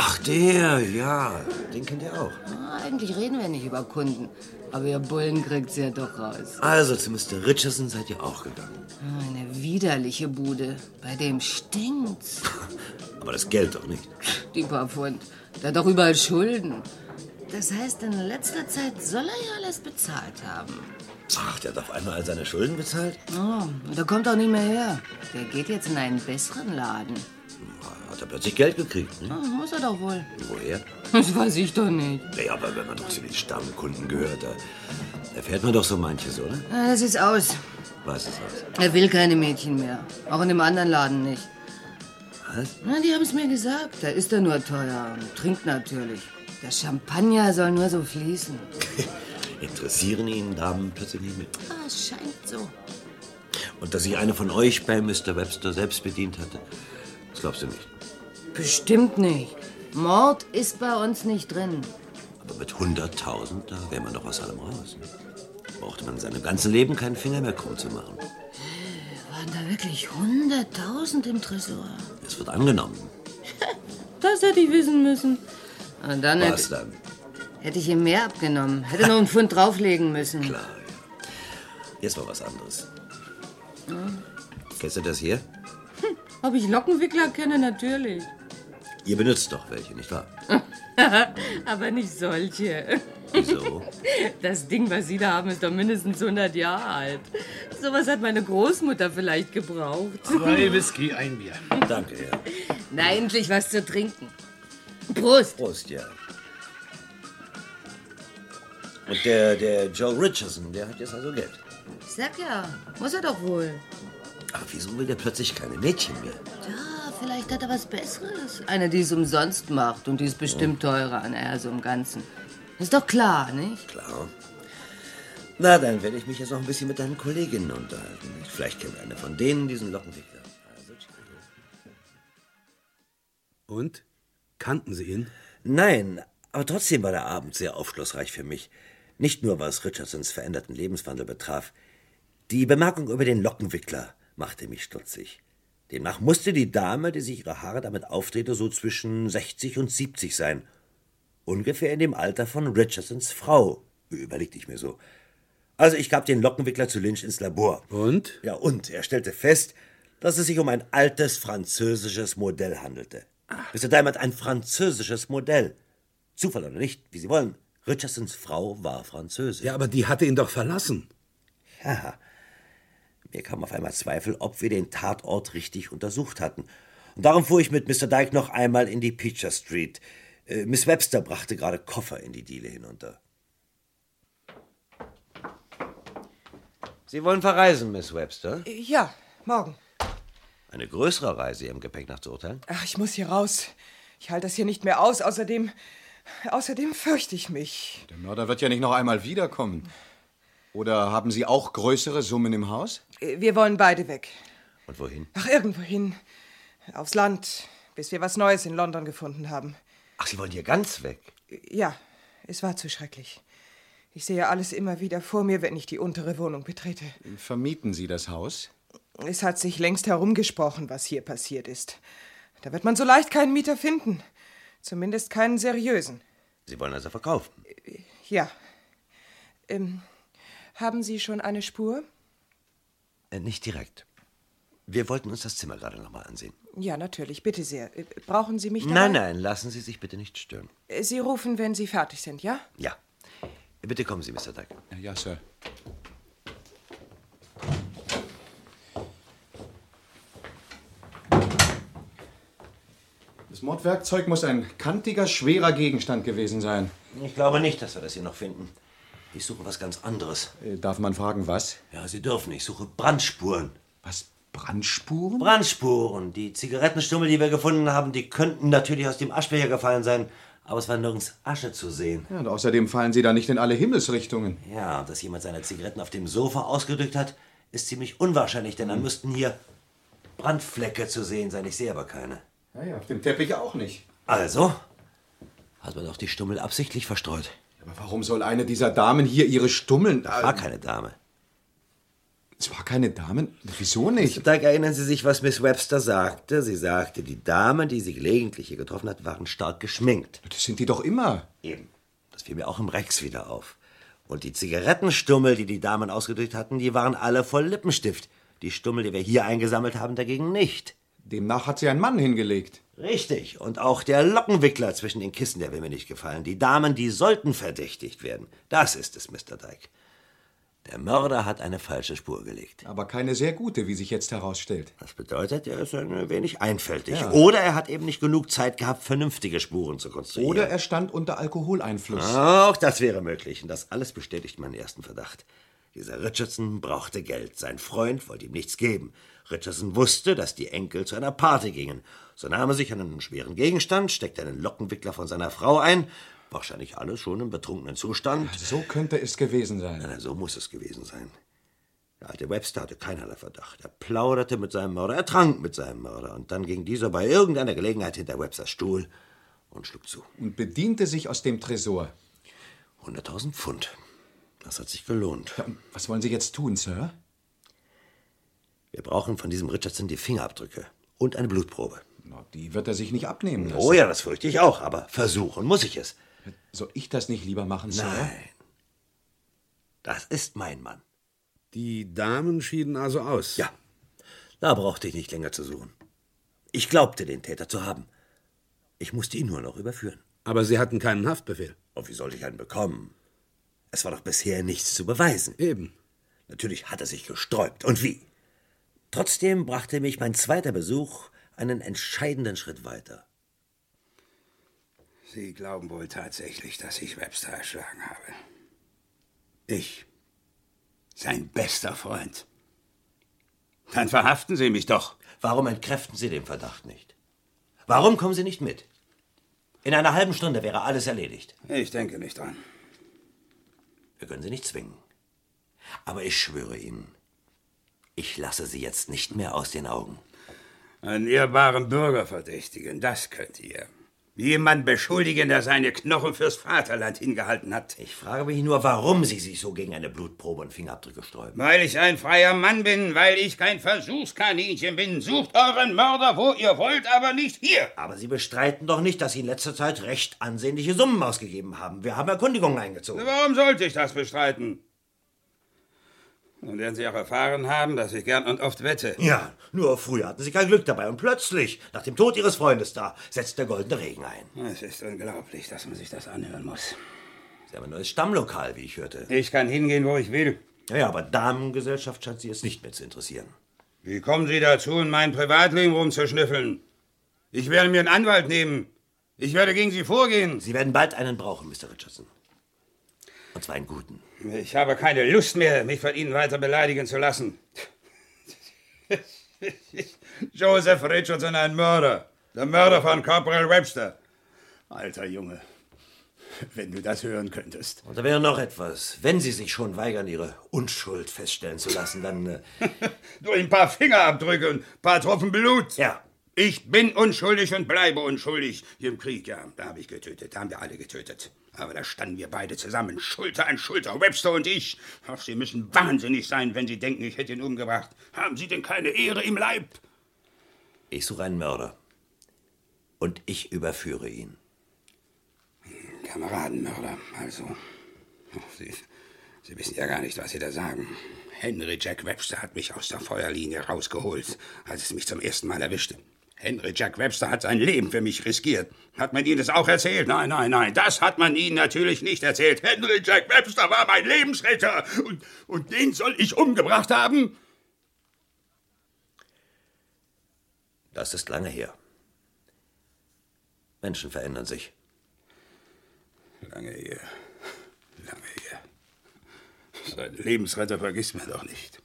Ach, der, ja. Den kennt ihr auch. Ah, eigentlich reden wir nicht über Kunden. Aber ihr Bullen kriegt's ja doch raus. Also, zu Mr. Richardson seid ihr auch gegangen. Ah, Eine widerliche Bude. Bei dem stinkt's. Aber das Geld doch nicht. Die paar Pfund. Der hat doch überall Schulden. Das heißt, in letzter Zeit soll er ja alles bezahlt haben. Ach, der hat auf einmal all seine Schulden bezahlt? Oh, und er kommt auch nicht mehr her. Der geht jetzt in einen besseren Laden. Hm, Hat er plötzlich Geld gekriegt, ne? Ah, muss er doch wohl. Woher? Das weiß ich doch nicht. Naja, aber wenn man doch zu den Stammkunden gehört, da erfährt man doch so manches, oder? Ah, Das ist aus. Was ist das? Er will keine Mädchen mehr. Auch in dem anderen Laden nicht. Was? Na, die haben es mir gesagt. Da ist er nur teuer und trinkt natürlich. Der Champagner soll nur so fließen. Interessieren ihn Damen plötzlich nicht mehr? Ah, es scheint so. Und dass sich eine von euch bei Mr. Webster selbst bedient hatte, das glaubst du nicht. Bestimmt nicht. Mord ist bei uns nicht drin. Aber mit 100.000, da wäre man doch aus allem raus. Ne? Brauchte man in seinem ganzen Leben keinen Finger mehr krumm zu machen. Waren da wirklich 100.000 im Tresor? Es wird angenommen. Das hätte ich wissen müssen. Und dann Was hätte, dann? hätte ich ihm mehr abgenommen. Hätte noch einen Pfund drauflegen müssen. Klar. Jetzt mal was anderes. Kennst du das hier? Ob ich Lockenwickler kenne? Natürlich. Ihr benutzt doch welche, nicht wahr? Aber nicht solche. Wieso? Das Ding, was Sie da haben, ist doch mindestens 100 Jahre alt. Sowas hat meine Großmutter vielleicht gebraucht. Zwei Whisky, ein Bier. Danke, ja. Na, endlich was zu trinken. Prost. Prost, ja. Und der, der Joe Richardson, der hat jetzt also Geld. Ich sag ja, muss er doch wohl. Aber wieso will der plötzlich keine Mädchen mehr? Ja, vielleicht hat er was Besseres. Eine, die es umsonst macht und die ist bestimmt teurer, naja, so im Ganzen. Ist doch klar, nicht? Klar. Na, dann werde ich mich jetzt noch ein bisschen mit deinen Kolleginnen unterhalten. Vielleicht kennt einer von denen diesen Lockenwickler. Und? Kannten Sie ihn? Nein, aber trotzdem war der Abend sehr aufschlussreich für mich. Nicht nur was Richardsons veränderten Lebenswandel betraf. Die Bemerkung über den Lockenwickler machte mich stutzig. Demnach musste die Dame, die sich ihre Haare damit aufdrehte, so zwischen 60 und 70 sein. Ungefähr in dem Alter von Richardsons Frau, überlegte ich mir so. Also ich gab den Lockenwickler zu Lynch ins Labor. Und? Ja, und er stellte fest, dass es sich um ein altes französisches Modell handelte. Ah. Mr. Diamond, ein französisches Modell. Zufall oder nicht, wie Sie wollen. Richardsons Frau war Französin. Ja, aber die hatte ihn doch verlassen. Ja. Mir kam auf einmal Zweifel, ob wir den Tatort richtig untersucht hatten. Und darum fuhr ich mit Mr. Dyke noch einmal in die Peacher Street. Äh, Miss Webster brachte gerade Koffer in die Diele hinunter. Sie wollen verreisen, Miss Webster? Ja, morgen. Eine größere Reise im Gepäck nach zu urteilen? Ach, ich muss hier raus. Ich halte das hier nicht mehr aus. Außerdem, außerdem fürchte ich mich. Der Mörder wird ja nicht noch einmal wiederkommen. Oder haben Sie auch größere Summen im Haus? Äh, Wir wollen beide weg. Und wohin? Ach, irgendwohin. Aufs Land, bis wir was Neues in London gefunden haben. Ach, Sie wollen hier ganz weg? Ja, es war zu schrecklich. Ich sehe alles immer wieder vor mir, wenn ich die untere Wohnung betrete. Vermieten Sie das Haus? Es hat sich längst herumgesprochen, was hier passiert ist. Da wird man so leicht keinen Mieter finden. Zumindest keinen seriösen. Sie wollen also verkaufen. Ja. Ähm, haben Sie schon eine Spur? Äh, nicht direkt. Wir wollten uns das Zimmer gerade nochmal ansehen. Ja, natürlich. Bitte sehr. Äh, Brauchen Sie mich dabei? Nein, nein, lassen Sie sich bitte nicht stören. Äh, Sie rufen, wenn Sie fertig sind, ja? Ja. Bitte kommen Sie, Mr. Dyke. Ja, Sir. Das Mordwerkzeug muss ein kantiger, schwerer Gegenstand gewesen sein. Ich glaube nicht, dass wir das hier noch finden. Ich suche was ganz anderes. Äh, Darf man fragen, was? Ja, Sie dürfen. Ich suche Brandspuren. Was? Brandspuren? Brandspuren. Die Zigarettenstummel, die wir gefunden haben, die könnten natürlich aus dem Aschbecher gefallen sein, aber es war nirgends Asche zu sehen. Ja, und außerdem fallen Sie da nicht in alle Himmelsrichtungen. Ja, dass jemand seine Zigaretten auf dem Sofa ausgedrückt hat, ist ziemlich unwahrscheinlich, denn dann müssten hier Brandflecke zu sehen sein. Ich sehe aber keine. Ja, ja, auf dem Teppich auch nicht. Also hat man doch die Stummel absichtlich verstreut. Aber warum soll eine dieser Damen hier ihre Stummeln... Das war keine Dame. Ah, Es war keine Dame? Wieso nicht? Da erinnern Sie sich, was Miss Webster sagte. Sie sagte, die Damen, die sie gelegentlich hier getroffen hat, waren stark geschminkt. Das sind die doch immer. Eben. Das fiel mir auch im Rex wieder auf. Und die Zigarettenstummel, die die Damen ausgedrückt hatten, die waren alle voll Lippenstift. Die Stummel, die wir hier eingesammelt haben, dagegen nicht. Demnach hat sie einen Mann hingelegt. Richtig. Und auch der Lockenwickler zwischen den Kissen, der will mir nicht gefallen. Die Damen, die sollten verdächtigt werden. Das ist es, Mr. Dyke. Der Mörder hat eine falsche Spur gelegt. Aber keine sehr gute, wie sich jetzt herausstellt. Das bedeutet, er ist ein wenig einfältig. Ja. Oder er hat eben nicht genug Zeit gehabt, vernünftige Spuren zu konstruieren. Oder er stand unter Alkoholeinfluss. Auch das wäre möglich. Und das alles bestätigt meinen ersten Verdacht. Dieser Richardson brauchte Geld. Sein Freund wollte ihm nichts geben. Richardson wusste, dass die Enkel zu einer Party gingen. So nahm er sich einen schweren Gegenstand, steckte einen Lockenwickler von seiner Frau ein. Wahrscheinlich alles schon im betrunkenen Zustand. So könnte es gewesen sein. Na, so muss es gewesen sein. Der alte Webster hatte keinerlei Verdacht. Er plauderte mit seinem Mörder, er trank mit seinem Mörder. Und dann ging dieser bei irgendeiner Gelegenheit hinter Websters Stuhl und schlug zu. Und bediente sich aus dem Tresor. 100.000 Pfund. Das hat sich gelohnt. was wollen Sie jetzt tun, Sir? Wir brauchen von diesem Richardson die Fingerabdrücke und eine Blutprobe. die wird er sich nicht abnehmen lassen. Oh ja, das fürchte ich auch, aber versuchen muss ich es. Soll ich das nicht lieber machen, Sir? Nein. Das ist mein Mann. Die Damen schieden also aus. Ja. Da brauchte ich nicht länger zu suchen. Ich glaubte, den Täter zu haben. Ich musste ihn nur noch überführen. Aber Sie hatten keinen Haftbefehl. Und wie sollte ich einen bekommen? Es war doch bisher nichts zu beweisen. Eben. Natürlich hat er sich gesträubt. Und wie? Trotzdem brachte mich mein zweiter Besuch einen entscheidenden Schritt weiter. Sie glauben wohl tatsächlich, dass ich Webster erschlagen habe. Ich. Sein bester Freund. Dann verhaften Sie mich doch. Warum entkräften Sie den Verdacht nicht? Warum kommen Sie nicht mit? In einer halben Stunde wäre alles erledigt. Ich denke nicht dran. Wir können Sie nicht zwingen. Aber ich schwöre Ihnen, ich lasse Sie jetzt nicht mehr aus den Augen. Einen ehrbaren Bürger verdächtigen, das könnt ihr. Jemand beschuldigen, der seine Knochen fürs Vaterland hingehalten hat. Ich frage mich nur, warum Sie sich so gegen eine Blutprobe und Fingerabdrücke sträuben. Weil ich ein freier Mann bin, weil ich kein Versuchskaninchen bin. Sucht euren Mörder, wo ihr wollt, aber nicht hier. Aber Sie bestreiten doch nicht, dass Sie in letzter Zeit recht ansehnliche Summen ausgegeben haben. Wir haben Erkundigungen eingezogen. Warum sollte ich das bestreiten? Nun werden Sie auch erfahren haben, dass ich gern und oft wette. Ja, nur früher hatten Sie kein Glück dabei und plötzlich, nach dem Tod Ihres Freundes da, setzt der goldene Regen ein. Es ist unglaublich, dass man sich das anhören muss. Sie haben ein neues Stammlokal, wie ich hörte. Ich kann hingehen, wo ich will. Ja, aber Damengesellschaft scheint Sie jetzt nicht mehr zu interessieren. Wie kommen Sie dazu, in mein Privatleben rumzuschnüffeln? Ich werde mir einen Anwalt nehmen. Ich werde gegen Sie vorgehen. Sie werden bald einen brauchen, Mr. Richardson. Und zwar einen guten. Ich habe keine Lust mehr, mich von Ihnen weiter beleidigen zu lassen. Joseph Richardson, ein Mörder. Der Mörder von Corporal Webster. Alter Junge, wenn du das hören könntest. Und da wäre noch etwas. Wenn Sie sich schon weigern, Ihre Unschuld feststellen zu lassen, dann... Äh, Nur ein paar Fingerabdrücke und ein paar Tropfen Blut. Ja. Ich bin unschuldig und bleibe unschuldig. Hier im Krieg, ja, da habe ich getötet, da haben wir alle getötet. Aber da standen wir beide zusammen, Schulter an Schulter, Webster und ich. Ach, Sie müssen wahnsinnig sein, wenn Sie denken, ich hätte ihn umgebracht. Haben Sie denn keine Ehre im Leib? ich suche einen Mörder. Und ich überführe ihn. Kameradenmörder, also. Sie, Sie wissen ja gar nicht, was Sie da sagen. Henry Jack Webster hat mich aus der Feuerlinie rausgeholt, als es mich zum ersten Mal erwischte. Henry Jack Webster hat sein Leben für mich riskiert. Hat man Ihnen das auch erzählt? Nein, nein, nein, das hat man Ihnen natürlich nicht erzählt. Henry Jack Webster war mein Lebensretter und, und den soll ich umgebracht haben? Das ist lange her. Menschen verändern sich. Lange her. Sein Lebensretter vergisst man doch nicht.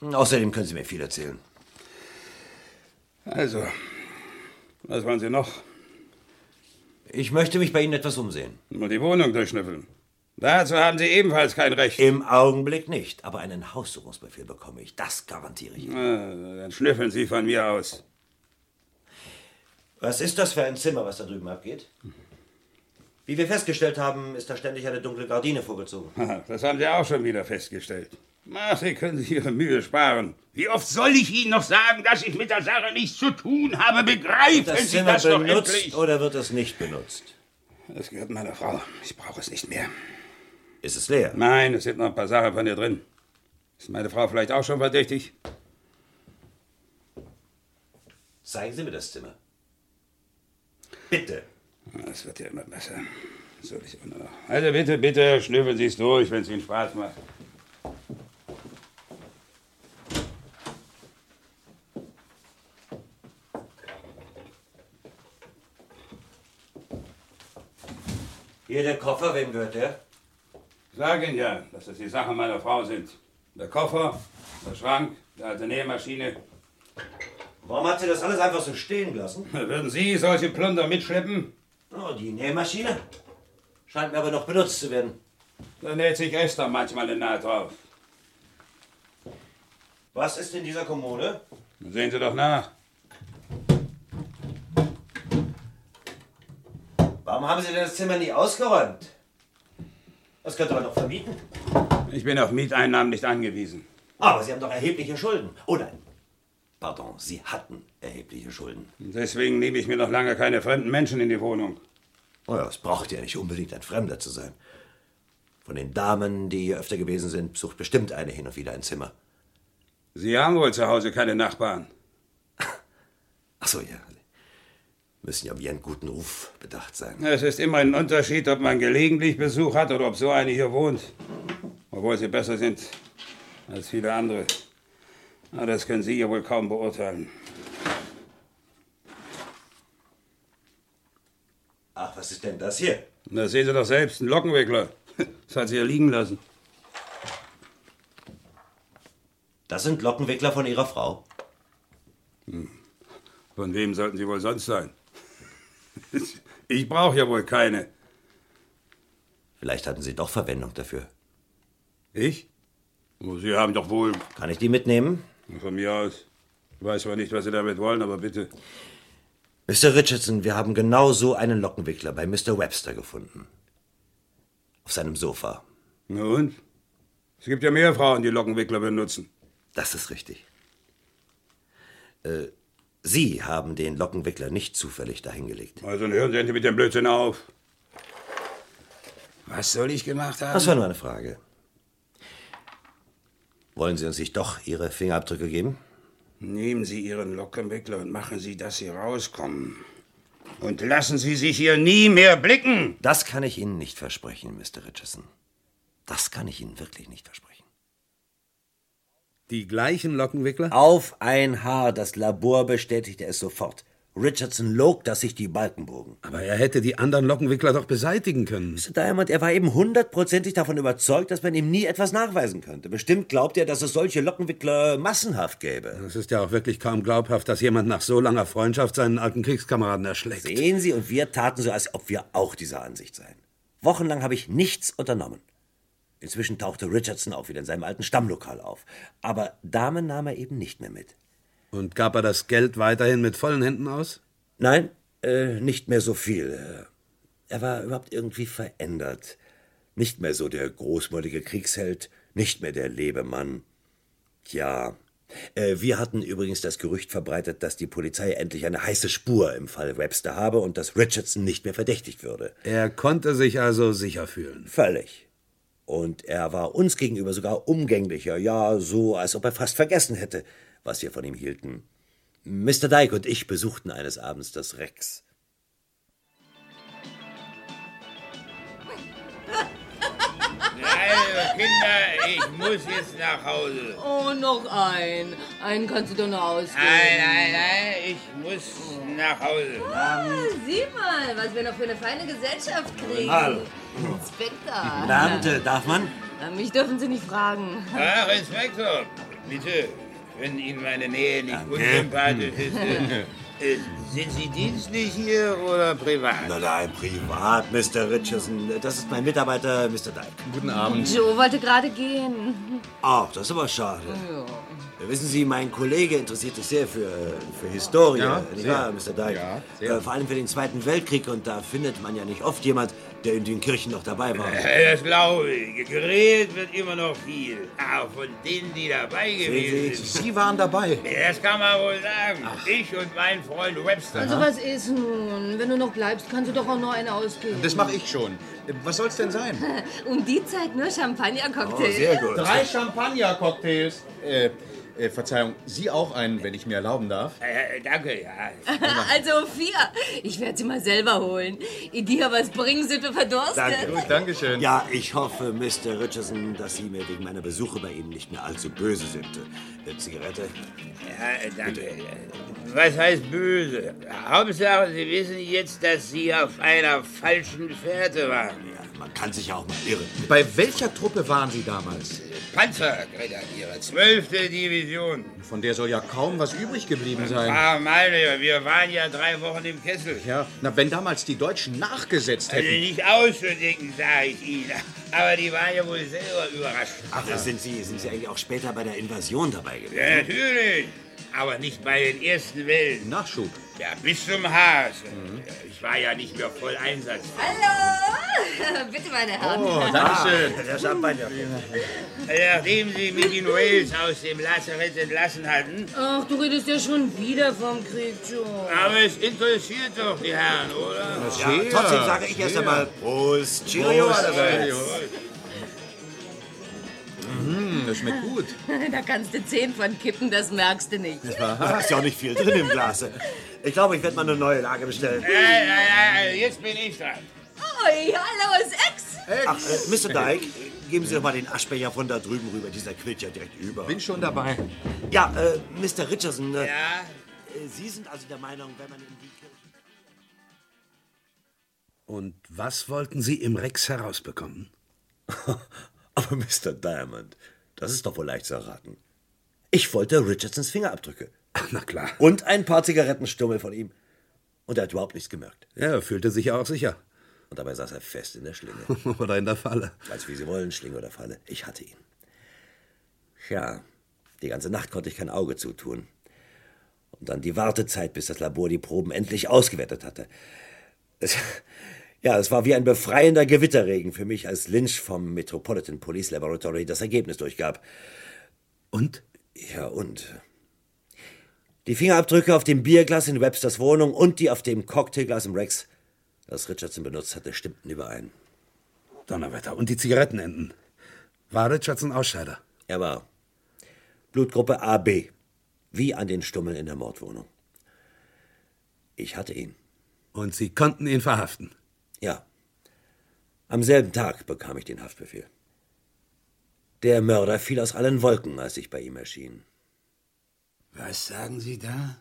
Außerdem können Sie mir viel erzählen. Also, was wollen Sie noch? Ich möchte mich bei Ihnen etwas umsehen. Nur die Wohnung durchschnüffeln. Dazu haben Sie ebenfalls kein Recht. Im Augenblick nicht, aber einen Haussuchungsbefehl bekomme ich. Das garantiere ich. Ah, Dann schnüffeln Sie von mir aus. Was ist das für ein Zimmer, was da drüben abgeht? Wie wir festgestellt haben, ist da ständig eine dunkle Gardine vorgezogen. Ha, Das haben Sie auch schon wieder festgestellt. Ach, Sie können sich Ihre Mühe sparen. Wie oft soll ich Ihnen noch sagen, dass ich mit der Sache nichts zu tun habe? Begreifen Wird das Sie Zimmer das doch endlich? benutzt oder wird es nicht benutzt? Das gehört meiner Frau. Ich brauche es nicht mehr. Ist es leer? Nein, es sind noch ein paar Sachen von ihr drin. Ist meine Frau vielleicht auch schon verdächtig? Zeigen Sie mir das Zimmer. Bitte. Das wird ja immer besser. Soll ich auch noch. Also bitte, bitte, schnüffeln Sie es durch, wenn es Ihnen Spaß macht. Hier der Koffer, wem gehört der? Sag Ihnen ja, dass das die Sachen meiner Frau sind. Der Koffer, der Schrank, die alte Nähmaschine. Warum hat sie das alles einfach so stehen lassen? Würden Sie solche Plunder mitschleppen? Oh, die Nähmaschine? Scheint mir aber noch benutzt zu werden. Da näht sich Esther manchmal eine Naht drauf. Was ist in dieser Kommode? Sehen Sie doch nach. Warum haben Sie denn das Zimmer nie ausgeräumt? Das könnte man doch vermieten. Ich bin auf Mieteinnahmen nicht angewiesen. Aber Sie haben doch erhebliche Schulden. Oh nein. Pardon, Sie hatten erhebliche Schulden. Deswegen nehme ich mir noch lange keine fremden Menschen in die Wohnung. Oh ja, es braucht ja nicht unbedingt ein Fremder zu sein. Von den Damen, die hier öfter gewesen sind, sucht bestimmt eine hin und wieder ein Zimmer. Sie haben wohl zu Hause keine Nachbarn. Ach so, ja. Müssen ja um ihren guten Ruf bedacht sein. Es ist immer ein Unterschied, ob man gelegentlich Besuch hat oder ob so eine hier wohnt. Obwohl sie besser sind als viele andere. Aber das können Sie ja wohl kaum beurteilen. Ach, was ist denn das hier? Das sehen Sie doch selbst, ein Lockenwickler. Das hat sie ja liegen lassen. Das sind Lockenwickler von Ihrer Frau. Hm. Von wem sollten sie wohl sonst sein? Ich brauche ja wohl keine. Vielleicht hatten Sie doch Verwendung dafür. Ich? Oh, Sie haben doch wohl. Kann ich die mitnehmen? Von mir aus. Weiß zwar nicht, was Sie damit wollen, aber bitte. Mr. Richardson, wir haben genau so einen Lockenwickler bei Mr. Webster gefunden. Auf seinem Sofa. Na und? Es gibt ja mehr Frauen, die Lockenwickler benutzen. Das ist richtig. Äh, Sie haben den Lockenwickler nicht zufällig dahingelegt. Also hören Sie endlich mit dem Blödsinn auf. Was soll ich gemacht haben? Das war nur eine Frage. Wollen Sie uns nicht doch Ihre Fingerabdrücke geben? Nehmen Sie Ihren Lockenwickler und machen Sie, dass Sie rauskommen. Und lassen Sie sich hier nie mehr blicken. Das kann ich Ihnen nicht versprechen, Mr. Richardson. Das kann ich Ihnen wirklich nicht versprechen. Die gleichen Lockenwickler? Auf ein Haar. Das Labor bestätigte es sofort. Richardson log, dass sich die Balken bogen. Aber er hätte die anderen Lockenwickler doch beseitigen können. Mr. Diamond, er war eben hundertprozentig davon überzeugt, dass man ihm nie etwas nachweisen könnte. Bestimmt glaubt er, dass es solche Lockenwickler massenhaft gäbe. Es ist ja auch wirklich kaum glaubhaft, dass jemand nach so langer Freundschaft seinen alten Kriegskameraden erschlägt. Sehen Sie, und wir taten so, als ob wir auch dieser Ansicht seien. Wochenlang habe ich nichts unternommen. Inzwischen tauchte Richardson auch wieder in seinem alten Stammlokal auf. Aber Damen nahm er eben nicht mehr mit. Und gab er das Geld weiterhin mit vollen Händen aus? Nein, äh, nicht mehr so viel. Er war überhaupt irgendwie verändert. Nicht mehr so der großmäulige Kriegsheld, nicht mehr der Lebemann. Ja. Äh, wir hatten übrigens das Gerücht verbreitet, dass die Polizei endlich eine heiße Spur im Fall Webster habe und dass Richardson nicht mehr verdächtigt würde. Er konnte sich also sicher fühlen. Völlig. Und er war uns gegenüber sogar umgänglicher, ja, so, als ob er fast vergessen hätte, was wir von ihm hielten. Mr. Dyke und ich besuchten eines Abends das Rex. Also, Kinder, ich muss jetzt nach Hause. Oh, noch ein. Einen kannst du doch noch ausgeben. Nein, nein, nein, ich muss nach Hause. Ah, sieh mal, was wir noch für eine feine Gesellschaft kriegen. Hallo. Inspektor. Guten Abend, äh, darf man? Na, Mich dürfen Sie nicht fragen. Ach, Inspektor, bitte, wenn Ihnen meine Nähe nicht unsympathisch ist, äh, äh, sind Sie dienstlich hier oder privat? Na nein, privat, Mr. Richardson. Das ist mein Mitarbeiter, Mr. Dyke. Guten Joe wollte gerade gehen. Ach, das ist aber schade. Wissen Sie, mein Kollege interessiert sich sehr für, für Historie, Ja, nicht sehr. wahr, Mr. Dyke? Ja, äh, vor allem für den Zweiten Weltkrieg und da findet man ja nicht oft jemand, der in den Kirchen noch dabei war. Äh, Das glaube ich. Geredet wird immer noch viel. Aber von denen, die dabei gewesen sind. Sie waren dabei. Das kann man wohl sagen. Ich und mein Freund Webster. Also was ist nun? Wenn du noch bleibst, kannst du doch auch noch einen ausgeben. Das mache ich schon. Was soll's denn sein? Um die Zeit nur Oh, Champagner-Cocktail. Drei Champagner-Cocktails. Äh, äh, Verzeihung, Sie auch einen, wenn ich mir erlauben darf. Äh, danke, ja. Also vier. Ich werde sie mal selber holen. Dir was bringen, sind wir verdurstet. Dankeschön. Ja, ich hoffe, Mr. Richardson, dass Sie mir wegen meiner Besuche bei Ihnen nicht mehr allzu böse sind. Eine Zigarette? Ja, danke. Was heißt böse? Hauptsache, Sie wissen jetzt, dass Sie auf einer falschen Fährte waren. Man kann sich ja auch mal irren. Bei welcher Truppe waren Sie damals? Panzergrenadiere, 12. Division. Von der soll ja kaum was übrig geblieben sein. Ah, meine, wir waren ja drei Wochen im Kessel. Ja, na, wenn damals die Deutschen nachgesetzt Also hätten. nicht auszudenken, sage ich Ihnen. Aber die waren ja wohl selber überrascht. Ach, das sind Sie, sind Sie eigentlich auch später bei der Invasion dabei gewesen? Ja, natürlich. Aber nicht bei den ersten Wellen. Nachschub. Ja, bis zum Haas. Ich war ja nicht mehr voll Einsatz. Hallo! Bitte, meine Herren. der Champagner. Nachdem sie mich in Wales aus dem Lazarett entlassen hatten, Ach, du redest ja schon wieder vom Krieg, Joe. aber es interessiert doch die Herren, oder? Ja, trotzdem sage ich erst einmal Prost, Cheerio. Prost, allerseits. Cheerio. Hm, das schmeckt gut. Da kannst du zehn von kippen, das merkst du nicht. Da ist ja auch nicht viel drin im Glas. Ich glaube, ich werde mal eine neue Lage bestellen. Äh, äh, äh, jetzt bin ich dran. Oi, hallo, Sex! Ach, äh, Mr. Dyke, äh, geben Sie doch mal den Aschbecher von da drüben rüber. Dieser quillt ja direkt über. Bin schon dabei. Ja, äh, Mr. Richardson. Äh, ja? Sie sind also der Meinung, wenn man in die Kirche... Und was wollten Sie im Rex herausbekommen? Aber Mr. Diamond, das ist doch wohl leicht zu erraten. Ich wollte Richardsons Fingerabdrücke. Na klar. Und ein paar Zigarettenstummel von ihm. Und er hat überhaupt nichts gemerkt. Ja, er fühlte sich ja auch sicher. Und dabei saß er fest in der Schlinge. Oder in der Falle. Als wie Sie wollen, Schlinge oder Falle. Ich hatte ihn. Tja, die ganze Nacht konnte ich kein Auge zutun. Und dann die Wartezeit, bis das Labor die Proben endlich ausgewertet hatte. Es, ja, es war wie ein befreiender Gewitterregen für mich, als Lynch vom Metropolitan Police Laboratory das Ergebnis durchgab. Und? Ja, und. Die Fingerabdrücke auf dem Bierglas in Websters Wohnung und die auf dem Cocktailglas im Rex, das Richardson benutzt hatte, stimmten überein. Donnerwetter. Und die Zigarettenenden. War Richardson Ausscheider? Er war Blutgruppe AB, wie an den Stummeln in der Mordwohnung. Ich hatte ihn. Und Sie konnten ihn verhaften? Ja. Am selben Tag bekam ich den Haftbefehl. Der Mörder fiel aus allen Wolken, als ich bei ihm erschien. Was sagen Sie da?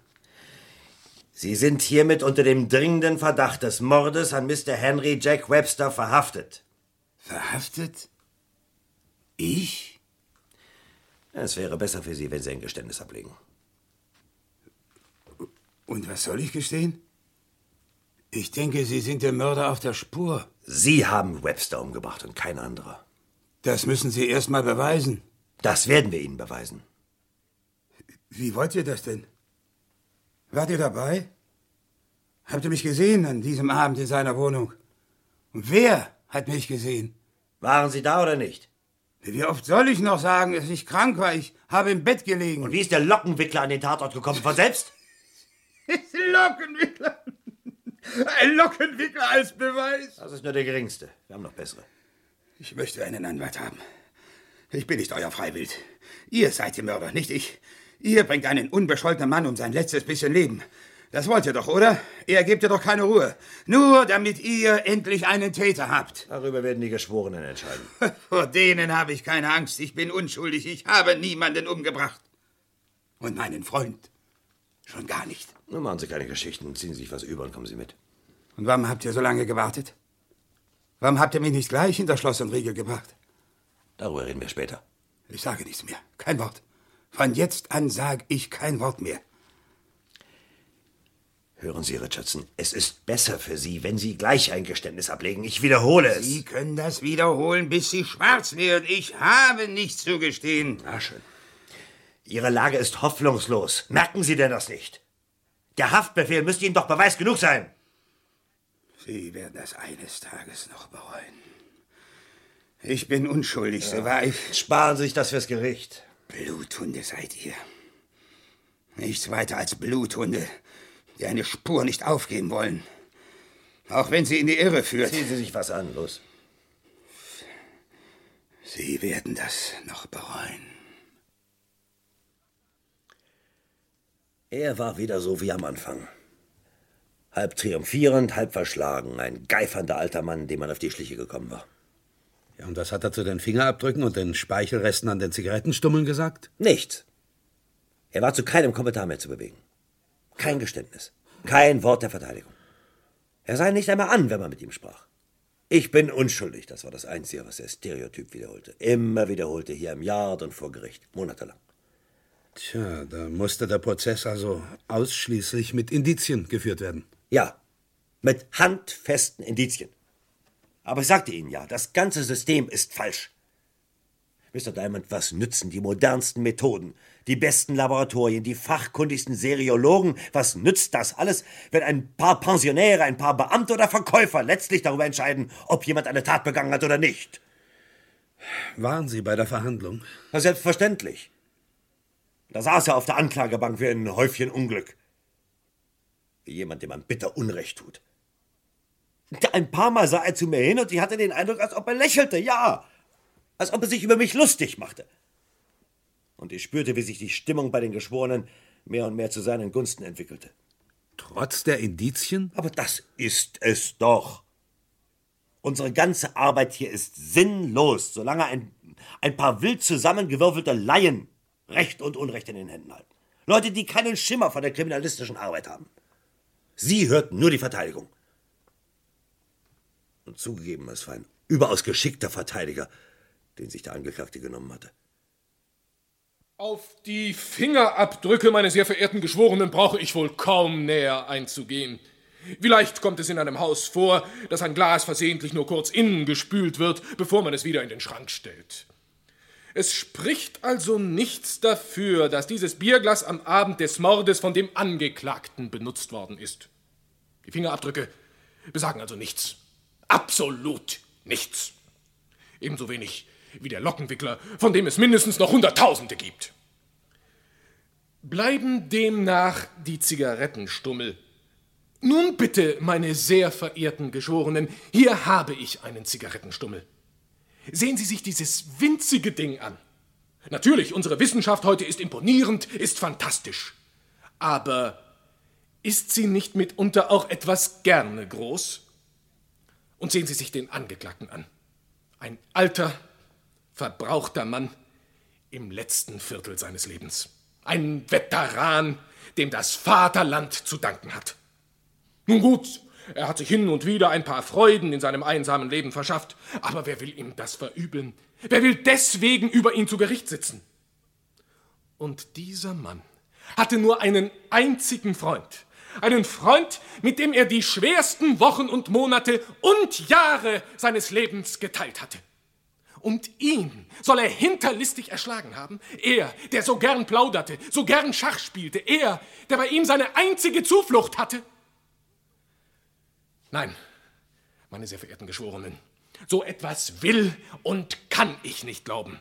Sie sind hiermit unter dem dringenden Verdacht des Mordes an Mr. Henry Jack Webster verhaftet. Verhaftet? Ich? Es wäre besser für Sie, wenn Sie ein Geständnis ablegen. Und was soll ich gestehen? Ich denke, Sie sind dem Mörder auf der Spur. Sie haben Webster umgebracht und kein anderer. Das müssen Sie erst mal beweisen. Das werden wir Ihnen beweisen. Wie wollt ihr das denn? Wart ihr dabei? Habt ihr mich gesehen an diesem Abend in seiner Wohnung? Und wer hat mich gesehen? Waren Sie da oder nicht? Wie oft soll ich noch sagen, dass ich krank war? Ich habe im Bett gelegen. Und wie ist der Lockenwickler an den Tatort gekommen? Von selbst? Lockenwickler. Ein Lockenwickler als Beweis. Das ist nur der geringste. Wir haben noch bessere. Ich möchte einen Anwalt haben. Ich bin nicht euer Freiwild. Ihr seid die Mörder, nicht ich. Ihr bringt einen unbescholtenen Mann um sein letztes bisschen Leben. Das wollt ihr doch, oder? Ihr gebt ihr doch keine Ruhe. Nur damit ihr endlich einen Täter habt. Darüber werden die Geschworenen entscheiden. Vor denen habe ich keine Angst. Ich bin unschuldig. Ich habe niemanden umgebracht. Und meinen Freund. Schon gar nicht. Nun machen Sie keine Geschichten. Ziehen Sie sich was über und kommen Sie mit. Und warum habt ihr so lange gewartet? Warum habt ihr mich nicht gleich hinter Schloss und Riegel gebracht? Darüber reden wir später. Ich sage nichts mehr. Kein Wort. Von jetzt an sage ich kein Wort mehr. Hören Sie, Richardson, es ist besser für Sie, wenn Sie gleich ein Geständnis ablegen. Ich wiederhole es. Sie können das wiederholen, bis Sie schwarz werden. Ich habe nichts zu gestehen. Na schön. Ihre Lage ist hoffnungslos. Merken Sie denn das nicht? Der Haftbefehl müsste Ihnen doch Beweis genug sein. Sie werden das eines Tages noch bereuen. Ich bin unschuldig, so war ich. Sparen Sie sich das fürs Gericht. Bluthunde seid ihr. Nichts weiter als Bluthunde, die eine Spur nicht aufgeben wollen. Auch wenn sie in die Irre führt. Ziehen Sie sich was an, los. Sie werden das noch bereuen. Er war wieder so wie am Anfang. Halb triumphierend, halb verschlagen. Ein geifernder alter Mann, dem man auf die Schliche gekommen war. Ja, und was hat er zu den Fingerabdrücken und den Speichelresten an den Zigarettenstummeln gesagt? Nichts. Er war zu keinem Kommentar mehr zu bewegen. Kein Geständnis. Kein Wort der Verteidigung. Er sah ihn nicht einmal an, wenn man mit ihm sprach. Ich bin unschuldig, das war das Einzige, was der Stereotyp wiederholte. Immer wiederholte, hier im Yard und vor Gericht, monatelang. Tja, da musste der Prozess also ausschließlich mit Indizien geführt werden. Ja, mit handfesten Indizien. Aber ich sagte Ihnen ja, das ganze System ist falsch. Mr. Diamond, was nützen die modernsten Methoden, die besten Laboratorien, die fachkundigsten Seriologen? Was nützt das alles, wenn ein paar Pensionäre, ein paar Beamte oder Verkäufer letztlich darüber entscheiden, ob jemand eine Tat begangen hat oder nicht? Waren Sie bei der Verhandlung? Na, selbstverständlich. Da saß er auf der Anklagebank wie ein Häufchen Unglück. Wie jemand, dem man bitter Unrecht tut. Ein paar Mal sah er zu mir hin und ich hatte den Eindruck, als ob er lächelte, ja. Als ob er sich über mich lustig machte. Und ich spürte, wie sich die Stimmung bei den Geschworenen mehr und mehr zu seinen Gunsten entwickelte. Trotz der Indizien? Aber das ist es doch. Unsere ganze Arbeit hier ist sinnlos, solange ein, ein paar wild zusammengewürfelte Laien Recht und Unrecht in den Händen halten. Leute, die keinen Schimmer von der kriminalistischen Arbeit haben. Sie hörten nur die Verteidigung. Und zugegeben, es war ein überaus geschickter Verteidiger, den sich der Angeklagte genommen hatte. Auf die Fingerabdrücke, meine sehr verehrten Geschworenen, brauche ich wohl kaum näher einzugehen. Vielleicht kommt es in einem Haus vor, dass ein Glas versehentlich nur kurz innen gespült wird, bevor man es wieder in den Schrank stellt. Es spricht also nichts dafür, dass dieses Bierglas am Abend des Mordes von dem Angeklagten benutzt worden ist. Die Fingerabdrücke besagen also nichts. Absolut nichts. Ebenso wenig wie der Lockenwickler, von dem es mindestens noch Hunderttausende gibt. Bleiben demnach die Zigarettenstummel. Nun bitte, meine sehr verehrten Geschworenen, hier habe ich einen Zigarettenstummel. Sehen Sie sich dieses winzige Ding an. Natürlich, unsere Wissenschaft heute ist imponierend, ist fantastisch. Aber ist sie nicht mitunter auch etwas gerne groß? Und sehen Sie sich den Angeklagten an. Ein alter, verbrauchter Mann im letzten Viertel seines Lebens. Ein Veteran, dem das Vaterland zu danken hat. Nun gut, er hat sich hin und wieder ein paar Freuden in seinem einsamen Leben verschafft, aber wer will ihm das verübeln? Wer will deswegen über ihn zu Gericht sitzen? Und dieser Mann hatte nur einen einzigen Freund. Einen Freund, mit dem er die schwersten Wochen und Monate und Jahre seines Lebens geteilt hatte. Und ihn soll er hinterlistig erschlagen haben. Er, der so gern plauderte, so gern Schach spielte. Er, der bei ihm seine einzige Zuflucht hatte. Nein, meine sehr verehrten Geschworenen, so etwas will und kann ich nicht glauben.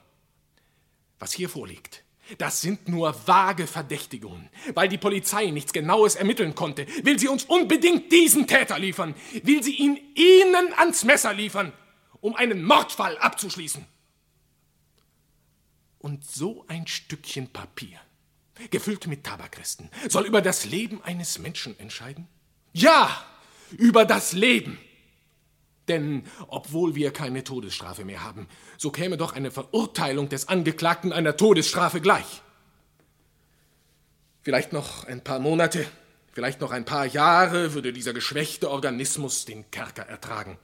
Was hier vorliegt, das sind nur vage Verdächtigungen. Weil die Polizei nichts Genaues ermitteln konnte, will sie uns unbedingt diesen Täter liefern, will sie ihn Ihnen ans Messer liefern, um einen Mordfall abzuschließen. Und so ein Stückchen Papier, gefüllt mit Tabakresten, soll über das Leben eines Menschen entscheiden? Ja, über das Leben. Denn obwohl wir keine Todesstrafe mehr haben, so käme doch eine Verurteilung des Angeklagten einer Todesstrafe gleich. Vielleicht noch ein paar Monate, vielleicht noch ein paar Jahre würde dieser geschwächte Organismus den Kerker ertragen.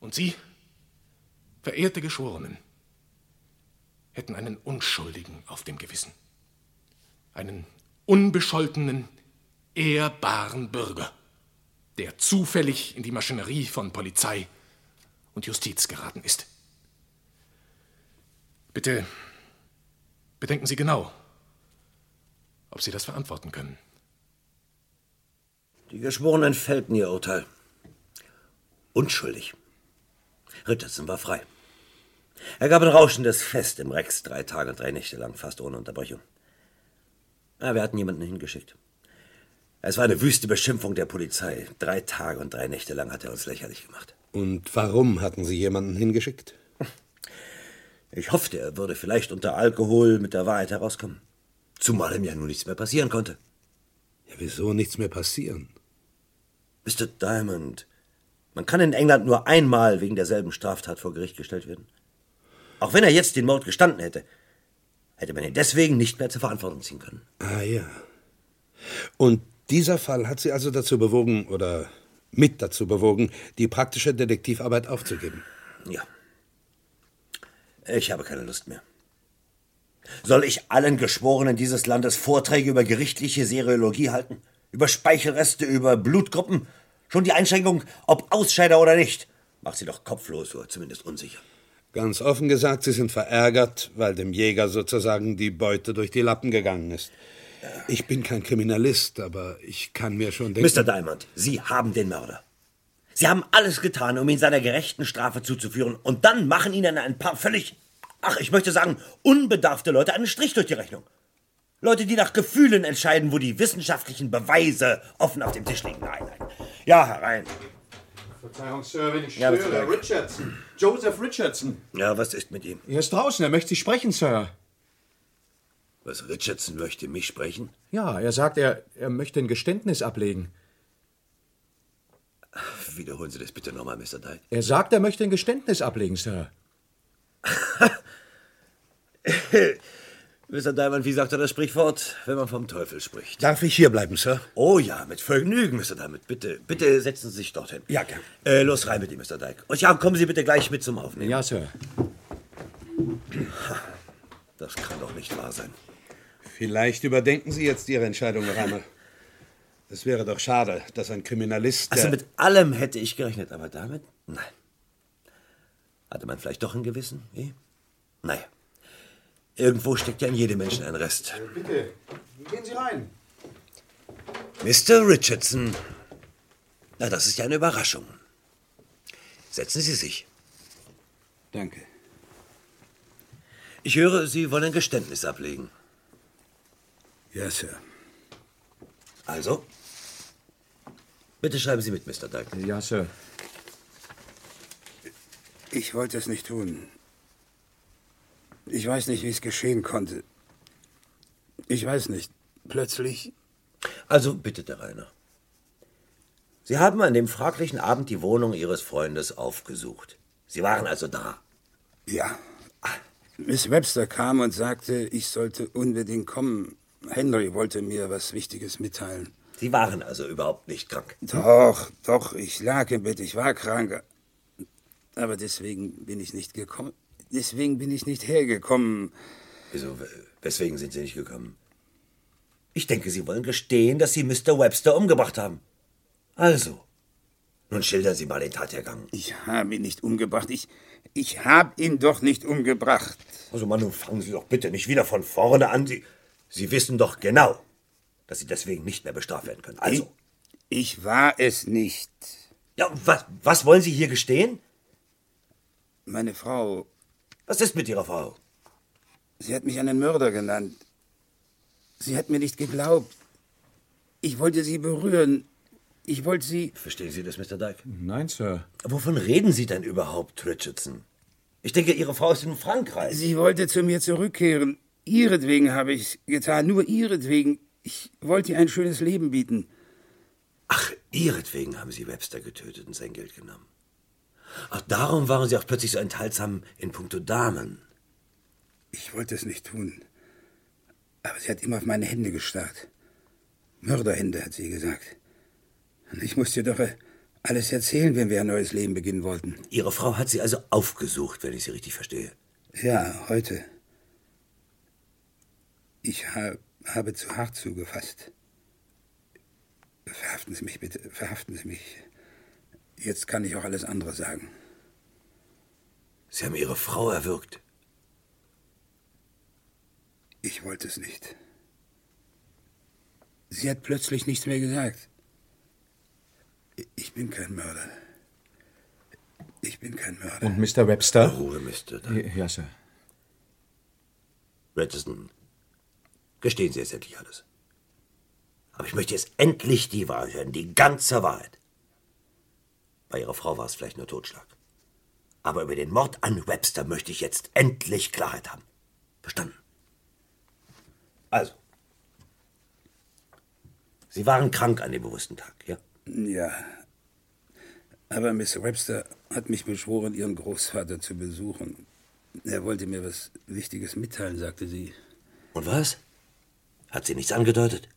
Und Sie, verehrte Geschworenen, hätten einen Unschuldigen auf dem Gewissen. Einen unbescholtenen, ehrbaren Bürger der zufällig in die Maschinerie von Polizei und Justiz geraten ist. Bitte bedenken Sie genau, ob Sie das verantworten können. Die Geschworenen fällten ihr Urteil. Unschuldig. Richardson war frei. Er gab ein rauschendes Fest im Rex drei Tage und drei Nächte lang, fast ohne Unterbrechung. Aber wir hatten jemanden hingeschickt. Es war eine wüste Beschimpfung der Polizei. Drei Tage und drei Nächte lang hat er uns lächerlich gemacht. Und warum hatten Sie jemanden hingeschickt? Ich hoffte, er würde vielleicht unter Alkohol mit der Wahrheit herauskommen. Zumal ihm ja nun nichts mehr passieren konnte. Ja, wieso nichts mehr passieren? Mr. Diamond, man kann in England nur einmal wegen derselben Straftat vor Gericht gestellt werden. Auch wenn er jetzt den Mord gestanden hätte, hätte man ihn deswegen nicht mehr zur Verantwortung ziehen können. Ah ja. Und dieser Fall hat Sie also dazu bewogen oder mit dazu bewogen, die praktische Detektivarbeit aufzugeben. Ja. Ich habe keine Lust mehr. Soll ich allen Geschworenen dieses Landes Vorträge über gerichtliche Seriologie halten? Über Speichelreste, über Blutgruppen? Schon die Einschränkung, ob Ausscheider oder nicht, macht sie doch kopflos oder zumindest unsicher. Ganz offen gesagt, Sie sind verärgert, weil dem Jäger sozusagen die Beute durch die Lappen gegangen ist. Ich bin kein Kriminalist, aber ich kann mir schon denken. Mr. Diamond, Sie haben den Mörder. Sie haben alles getan, um ihn seiner gerechten Strafe zuzuführen. Und dann machen Ihnen ein paar völlig, ach, ich möchte sagen, unbedarfte Leute einen Strich durch die Rechnung. Leute, die nach Gefühlen entscheiden, wo die wissenschaftlichen Beweise offen auf dem Tisch liegen. Nein, nein. Ja, herein. Verzeihung, Sir, wenn ich Ja, bitte, störe. danke. Richardson. Joseph Richardson. Ja, was ist mit ihm? Er ist draußen, er möchte Sie sprechen, Sir. Was, Richardson möchte mich sprechen? Ja, er sagt, er, er möchte ein Geständnis ablegen. Wiederholen Sie das bitte nochmal, Mr. Diamond. Er sagt, er möchte ein Geständnis ablegen, Sir. Mr. Diamond, wie sagt er das Sprichwort, wenn man vom Teufel spricht? Darf ich hier bleiben, Sir? Oh ja, mit Vergnügen, Mr. Diamond. Bitte, bitte setzen Sie sich dorthin. Ja, gern. Äh, los rein mit ihm, Mr. Dyke. Und ja, kommen Sie bitte gleich mit zum Aufnehmen. Ja, Sir. Das kann doch nicht wahr sein. Vielleicht überdenken Sie jetzt Ihre Entscheidung, Herr Rammel. Es wäre doch schade, dass ein Kriminalist. Also der- mit allem hätte ich gerechnet, aber damit? Nein. Hatte man vielleicht doch ein Gewissen? Eh? Naja. Irgendwo steckt ja in jedem Menschen ein Rest. Bitte, gehen Sie rein. Mr. Richardson. Na, das ist ja eine Überraschung. Setzen Sie sich. Danke. Ich höre, Sie wollen ein Geständnis ablegen. Ja, Sir. Also? Bitte schreiben Sie mit, Mr. Dyke. Ja, Sir. Ich wollte es nicht tun. Ich weiß nicht, wie es geschehen konnte. Ich weiß nicht. Plötzlich. Also bitte, der Rainer. Sie haben an dem fraglichen Abend die Wohnung Ihres Freundes aufgesucht. Sie waren also da. Ah, Ja. Miss Webster kam und sagte, ich sollte unbedingt kommen. Henry wollte mir was Wichtiges mitteilen. Sie waren also überhaupt nicht krank. Hm? Doch, doch, ich lag im Bett, ich war krank. Aber deswegen bin ich nicht gekommen. Deswegen bin ich nicht hergekommen. Wieso, Also, weswegen sind Sie nicht gekommen? Ich denke, Sie wollen gestehen, dass Sie Mr. Webster umgebracht haben. Also, nun schildern Sie mal den Tathergang. Ich habe ihn nicht umgebracht. Ich, ich habe ihn doch nicht umgebracht. Also, Mann, nun fangen Sie doch bitte nicht wieder von vorne an. Sie, Sie wissen doch genau, dass Sie deswegen nicht mehr bestraft werden können. Also. Ich, war es nicht. Ja, und was, was wollen Sie hier gestehen? Meine Frau. Was ist mit Ihrer Frau? Sie hat mich einen Mörder genannt. Sie hat mir nicht geglaubt. Ich wollte sie berühren. Ich wollte sie. Verstehen Sie das, Mr. Dyke? Nein, Sir. Wovon reden Sie denn überhaupt, Richardson? Ich denke, Ihre Frau ist in Frankreich. Sie wollte zu mir zurückkehren. Ihretwegen habe ich es getan, nur ihretwegen. Ich wollte ihr ein schönes Leben bieten. Ihretwegen haben Sie Webster getötet und sein Geld genommen. Ach, darum waren Sie auch plötzlich so enthaltsam in puncto Damen. Ich wollte es nicht tun. Aber sie hat immer auf meine Hände gestarrt. Mörderhände, hat sie gesagt. Und ich musste doch äh, alles erzählen, wenn wir ein neues Leben beginnen wollten. Ihre Frau hat Sie also aufgesucht, wenn ich Sie richtig verstehe. Ja, heute. Ich ha habe zu hart zugefasst. Verhaften Sie mich bitte, verhaften Sie mich. Jetzt kann ich auch alles andere sagen. Sie haben Ihre Frau erwürgt. Ich wollte es nicht. Sie hat plötzlich nichts mehr gesagt. I- Ich bin kein Mörder. Ich bin kein Mörder. Und Mr. Webster? Ruhe, Mr. Ja, Sir. Richardson, gestehen Sie jetzt endlich alles. Aber ich möchte jetzt endlich die Wahrheit hören, die ganze Wahrheit. Bei Ihrer Frau war es vielleicht nur Totschlag. Aber über den Mord an Webster möchte ich jetzt endlich Klarheit haben. Verstanden? Also, Sie waren krank an dem bewussten Tag, ja? Ja. Aber Miss Webster hat mich beschworen, ihren Großvater zu besuchen. Er wollte mir was Wichtiges mitteilen, sagte sie. Und was? Hat sie nichts angedeutet?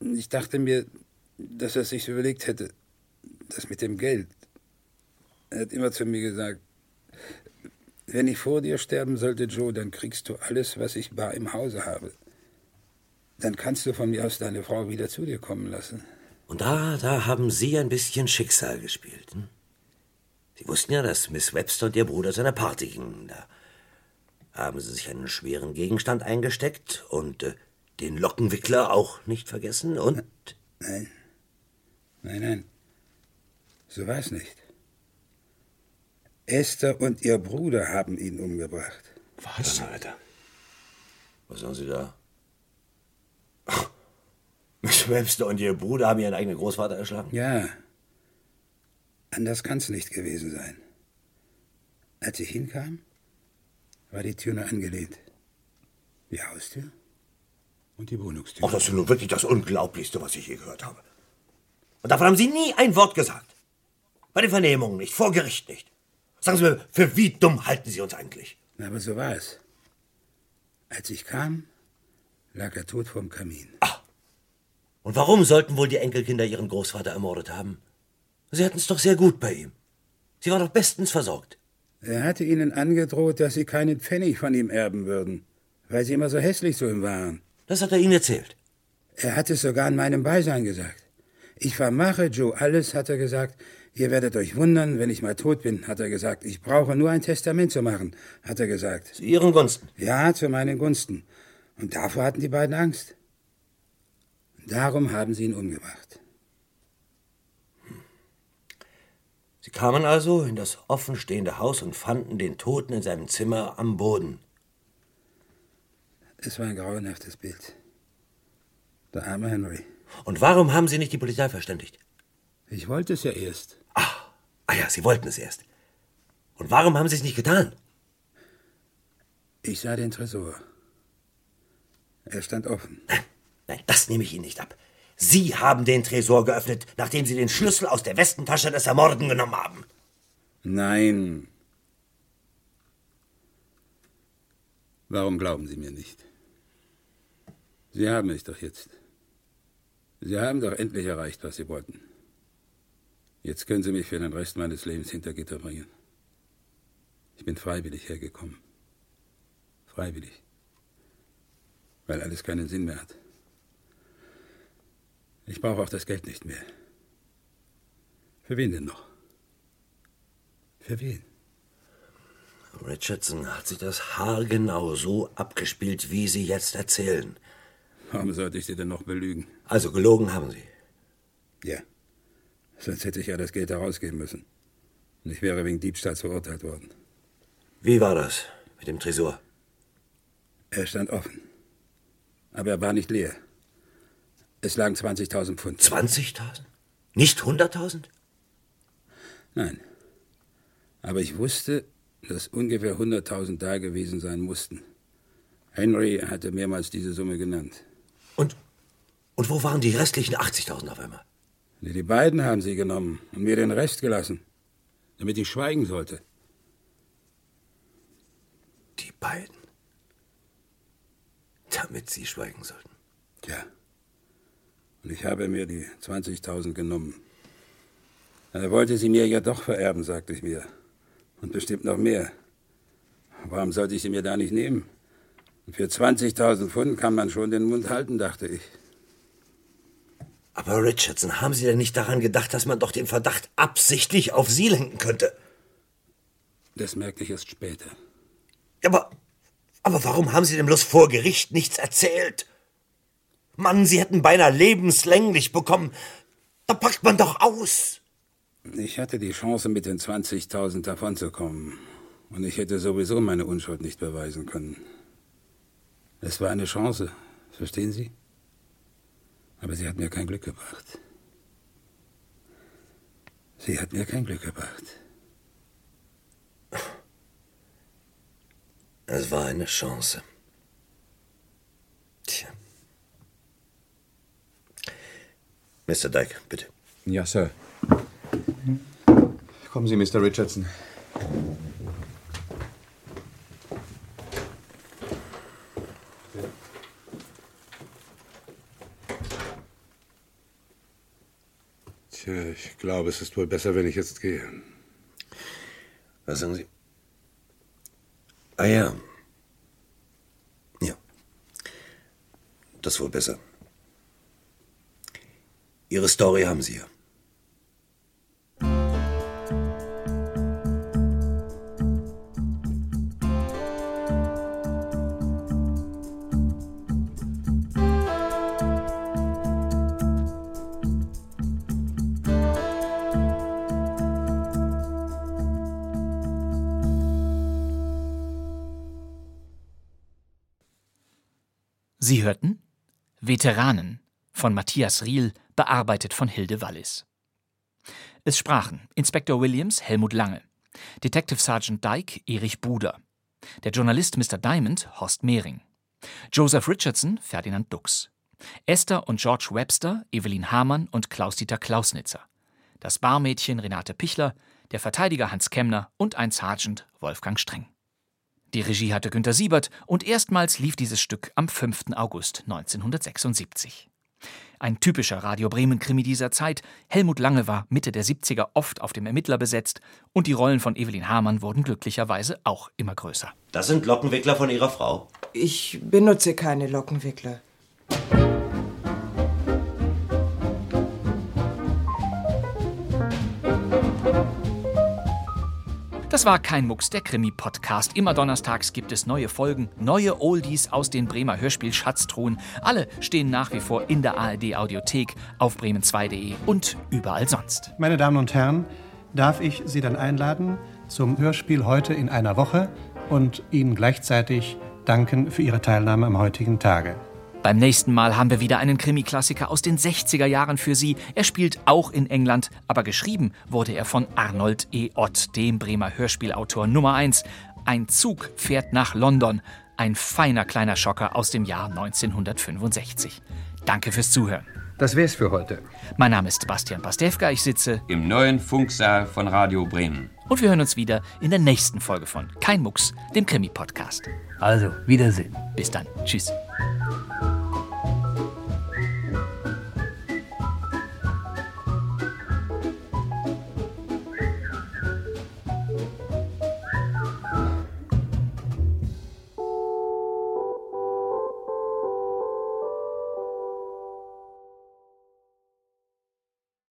Ich dachte mir, dass er sich überlegt hätte. Das mit dem Geld. Er hat immer zu mir gesagt, wenn ich vor dir sterben sollte, Joe, dann kriegst du alles, was ich bar im Hause habe. Dann kannst du von mir aus deine Frau wieder zu dir kommen lassen. Und da, da haben Sie ein bisschen Schicksal gespielt. Hm? Sie wussten ja, dass Miss Webster und ihr Bruder zu einer Party gingen. Da haben Sie sich einen schweren Gegenstand eingesteckt und äh, den Lockenwickler auch nicht vergessen und... Nein. Nein, nein. So war es nicht. Esther und ihr Bruder haben ihn umgebracht. Was? Alter. Was haben Sie da? Ach, Miss Webster und ihr Bruder haben ihren eigenen Großvater erschlagen? Ja. Anders kann's nicht gewesen sein. Als ich hinkam, war die Tür nur angelehnt. Die Haustür und die Wohnungstür. Ach, das ist nun wirklich das Unglaublichste, was ich je gehört habe. Und davon haben Sie nie ein Wort gesagt. Bei den Vernehmungen nicht, vor Gericht nicht. Sagen Sie mir, für wie dumm halten Sie uns eigentlich? Aber so war es. Als ich kam, lag er tot vorm Kamin. Und warum sollten wohl die Enkelkinder ihren Großvater ermordet haben? Sie hatten es doch sehr gut bei ihm. Sie waren doch bestens versorgt. Er hatte ihnen angedroht, dass sie keinen Pfennig von ihm erben würden. weil Sie immer so hässlich zu ihm waren. Das hat er Ihnen erzählt. Er hat es sogar in meinem Beisein gesagt. Ich vermache Joe alles, hat er gesagt. Ihr werdet euch wundern, wenn ich mal tot bin, hat er gesagt. Ich brauche nur ein Testament zu machen, hat er gesagt. Zu Ihren Gunsten? Ja, zu meinen Gunsten. Und davor hatten die beiden Angst. Darum haben sie ihn umgebracht. Sie kamen also in das offenstehende Haus und fanden den Toten in seinem Zimmer am Boden. Es war ein grauenhaftes Bild. Der arme Henry. Und warum haben Sie nicht die Polizei verständigt? Ich wollte es ja erst. Ah ja, Sie wollten es erst. Und warum haben Sie es nicht getan? Ich sah den Tresor. Er stand offen. Nein, das nehme ich Ihnen nicht ab. Sie haben den Tresor geöffnet, nachdem Sie den Schlüssel aus der Westentasche des Ermordeten genommen haben. Nein. Warum glauben Sie mir nicht? Sie haben es doch jetzt. Sie haben doch endlich erreicht, was Sie wollten. Jetzt können Sie mich für den Rest meines Lebens hinter Gitter bringen. Ich bin freiwillig hergekommen. Freiwillig. Weil alles keinen Sinn mehr hat. Ich brauche auch das Geld nicht mehr. Für wen denn noch? Für wen? Richardson hat sich das haargenau so abgespielt, wie Sie jetzt erzählen. Warum sollte ich Sie denn noch belügen? Also gelogen haben Sie. Ja. Sonst hätte ich ja das Geld herausgeben müssen. Und ich wäre wegen Diebstahls verurteilt worden. Wie war das mit dem Tresor? Er stand offen. Aber er war nicht leer. Es lagen 20.000 Pfund. 20.000? Nicht 100.000? Nein. Aber ich wusste, dass ungefähr 100.000 da gewesen sein mussten. Henry hatte mehrmals diese Summe genannt. Und wo waren die restlichen 80.000 auf einmal? Nee, Die beiden haben sie genommen und mir den Rest gelassen, damit ich schweigen sollte. Die beiden? Damit Sie schweigen sollten. Ja. Und ich habe mir die 20.000 genommen. Er wollte sie mir ja doch vererben, sagte ich mir. Und bestimmt noch mehr. Warum sollte ich sie mir da nicht nehmen? Und für 20.000 Pfund kann man schon den Mund halten, dachte ich. Aber Richardson, haben Sie denn nicht daran gedacht, dass man doch den Verdacht absichtlich auf Sie lenken könnte? Das merkte ich erst später. Ja, aber, aber warum haben Sie denn bloß vor Gericht nichts erzählt? Mann, Sie hätten beinahe lebenslänglich bekommen. Da packt man doch aus. Ich hatte die Chance, mit den 20.000 davonzukommen. Und ich hätte sowieso meine Unschuld nicht beweisen können. Es war eine Chance, verstehen Sie? Aber sie hat mir kein Glück gebracht. Sie hat mir kein Glück gebracht. Es war eine Chance. Tja. Mr. Dyke, bitte. Ja, Sir. Kommen Sie, Mr. Richardson. Tja, ich glaube, es ist wohl besser, wenn ich jetzt gehe. Was sagen Sie? Ah ja. Ja. Das ist wohl besser. Ihre Story haben Sie ja. Sie hörten Veteranen von Matthias Riel, bearbeitet von Hilde Wallis. Es sprachen Inspektor Williams Helmut Lange, Detective Sergeant Dyke Erich Buder, der Journalist Mr. Diamond Horst Mehring, Joseph Richardson Ferdinand Dux, Esther und George Webster Evelyn Hamann und Klaus-Dieter Klausnitzer, das Barmädchen Renate Pichler, der Verteidiger Hans Kemner und ein Sergeant Wolfgang Streng. Die Regie hatte Günter Siebert und erstmals lief dieses Stück am 5. August 1976. Ein typischer Radio Bremen-Krimi dieser Zeit. Helmut Lange war Mitte der 70er oft auf dem Ermittler besetzt und die Rollen von Evelyn Hamann wurden glücklicherweise auch immer größer. Das sind Lockenwickler von Ihrer Frau. Ich benutze keine Lockenwickler. Das war kein Mucks, der Krimi-Podcast. Immer donnerstags gibt es neue Folgen, neue Oldies aus den Bremer Hörspiel-Schatztruhen. Alle stehen nach wie vor in der ARD-Audiothek, auf bremen2.de und überall sonst. Meine Damen und Herren, darf ich Sie dann einladen zum Hörspiel heute in einer Woche und Ihnen gleichzeitig danken für Ihre Teilnahme am heutigen Tage. Beim nächsten Mal haben wir wieder einen Krimi-Klassiker aus den 60er Jahren für Sie. Er spielt auch in England, aber geschrieben wurde er von Arnold E. Ott, dem Bremer Hörspielautor Nummer 1. Ein Zug fährt nach London. Ein feiner kleiner Schocker aus dem Jahr 1965. Danke fürs Zuhören. Das wär's für heute. Mein Name ist Bastian Pastewka, ich sitze Im neuen Funksaal von Radio Bremen. und wir hören uns wieder in der nächsten Folge von Kein Mucks, dem Krimi-Podcast. Also, Wiedersehen. Bis dann. Tschüss.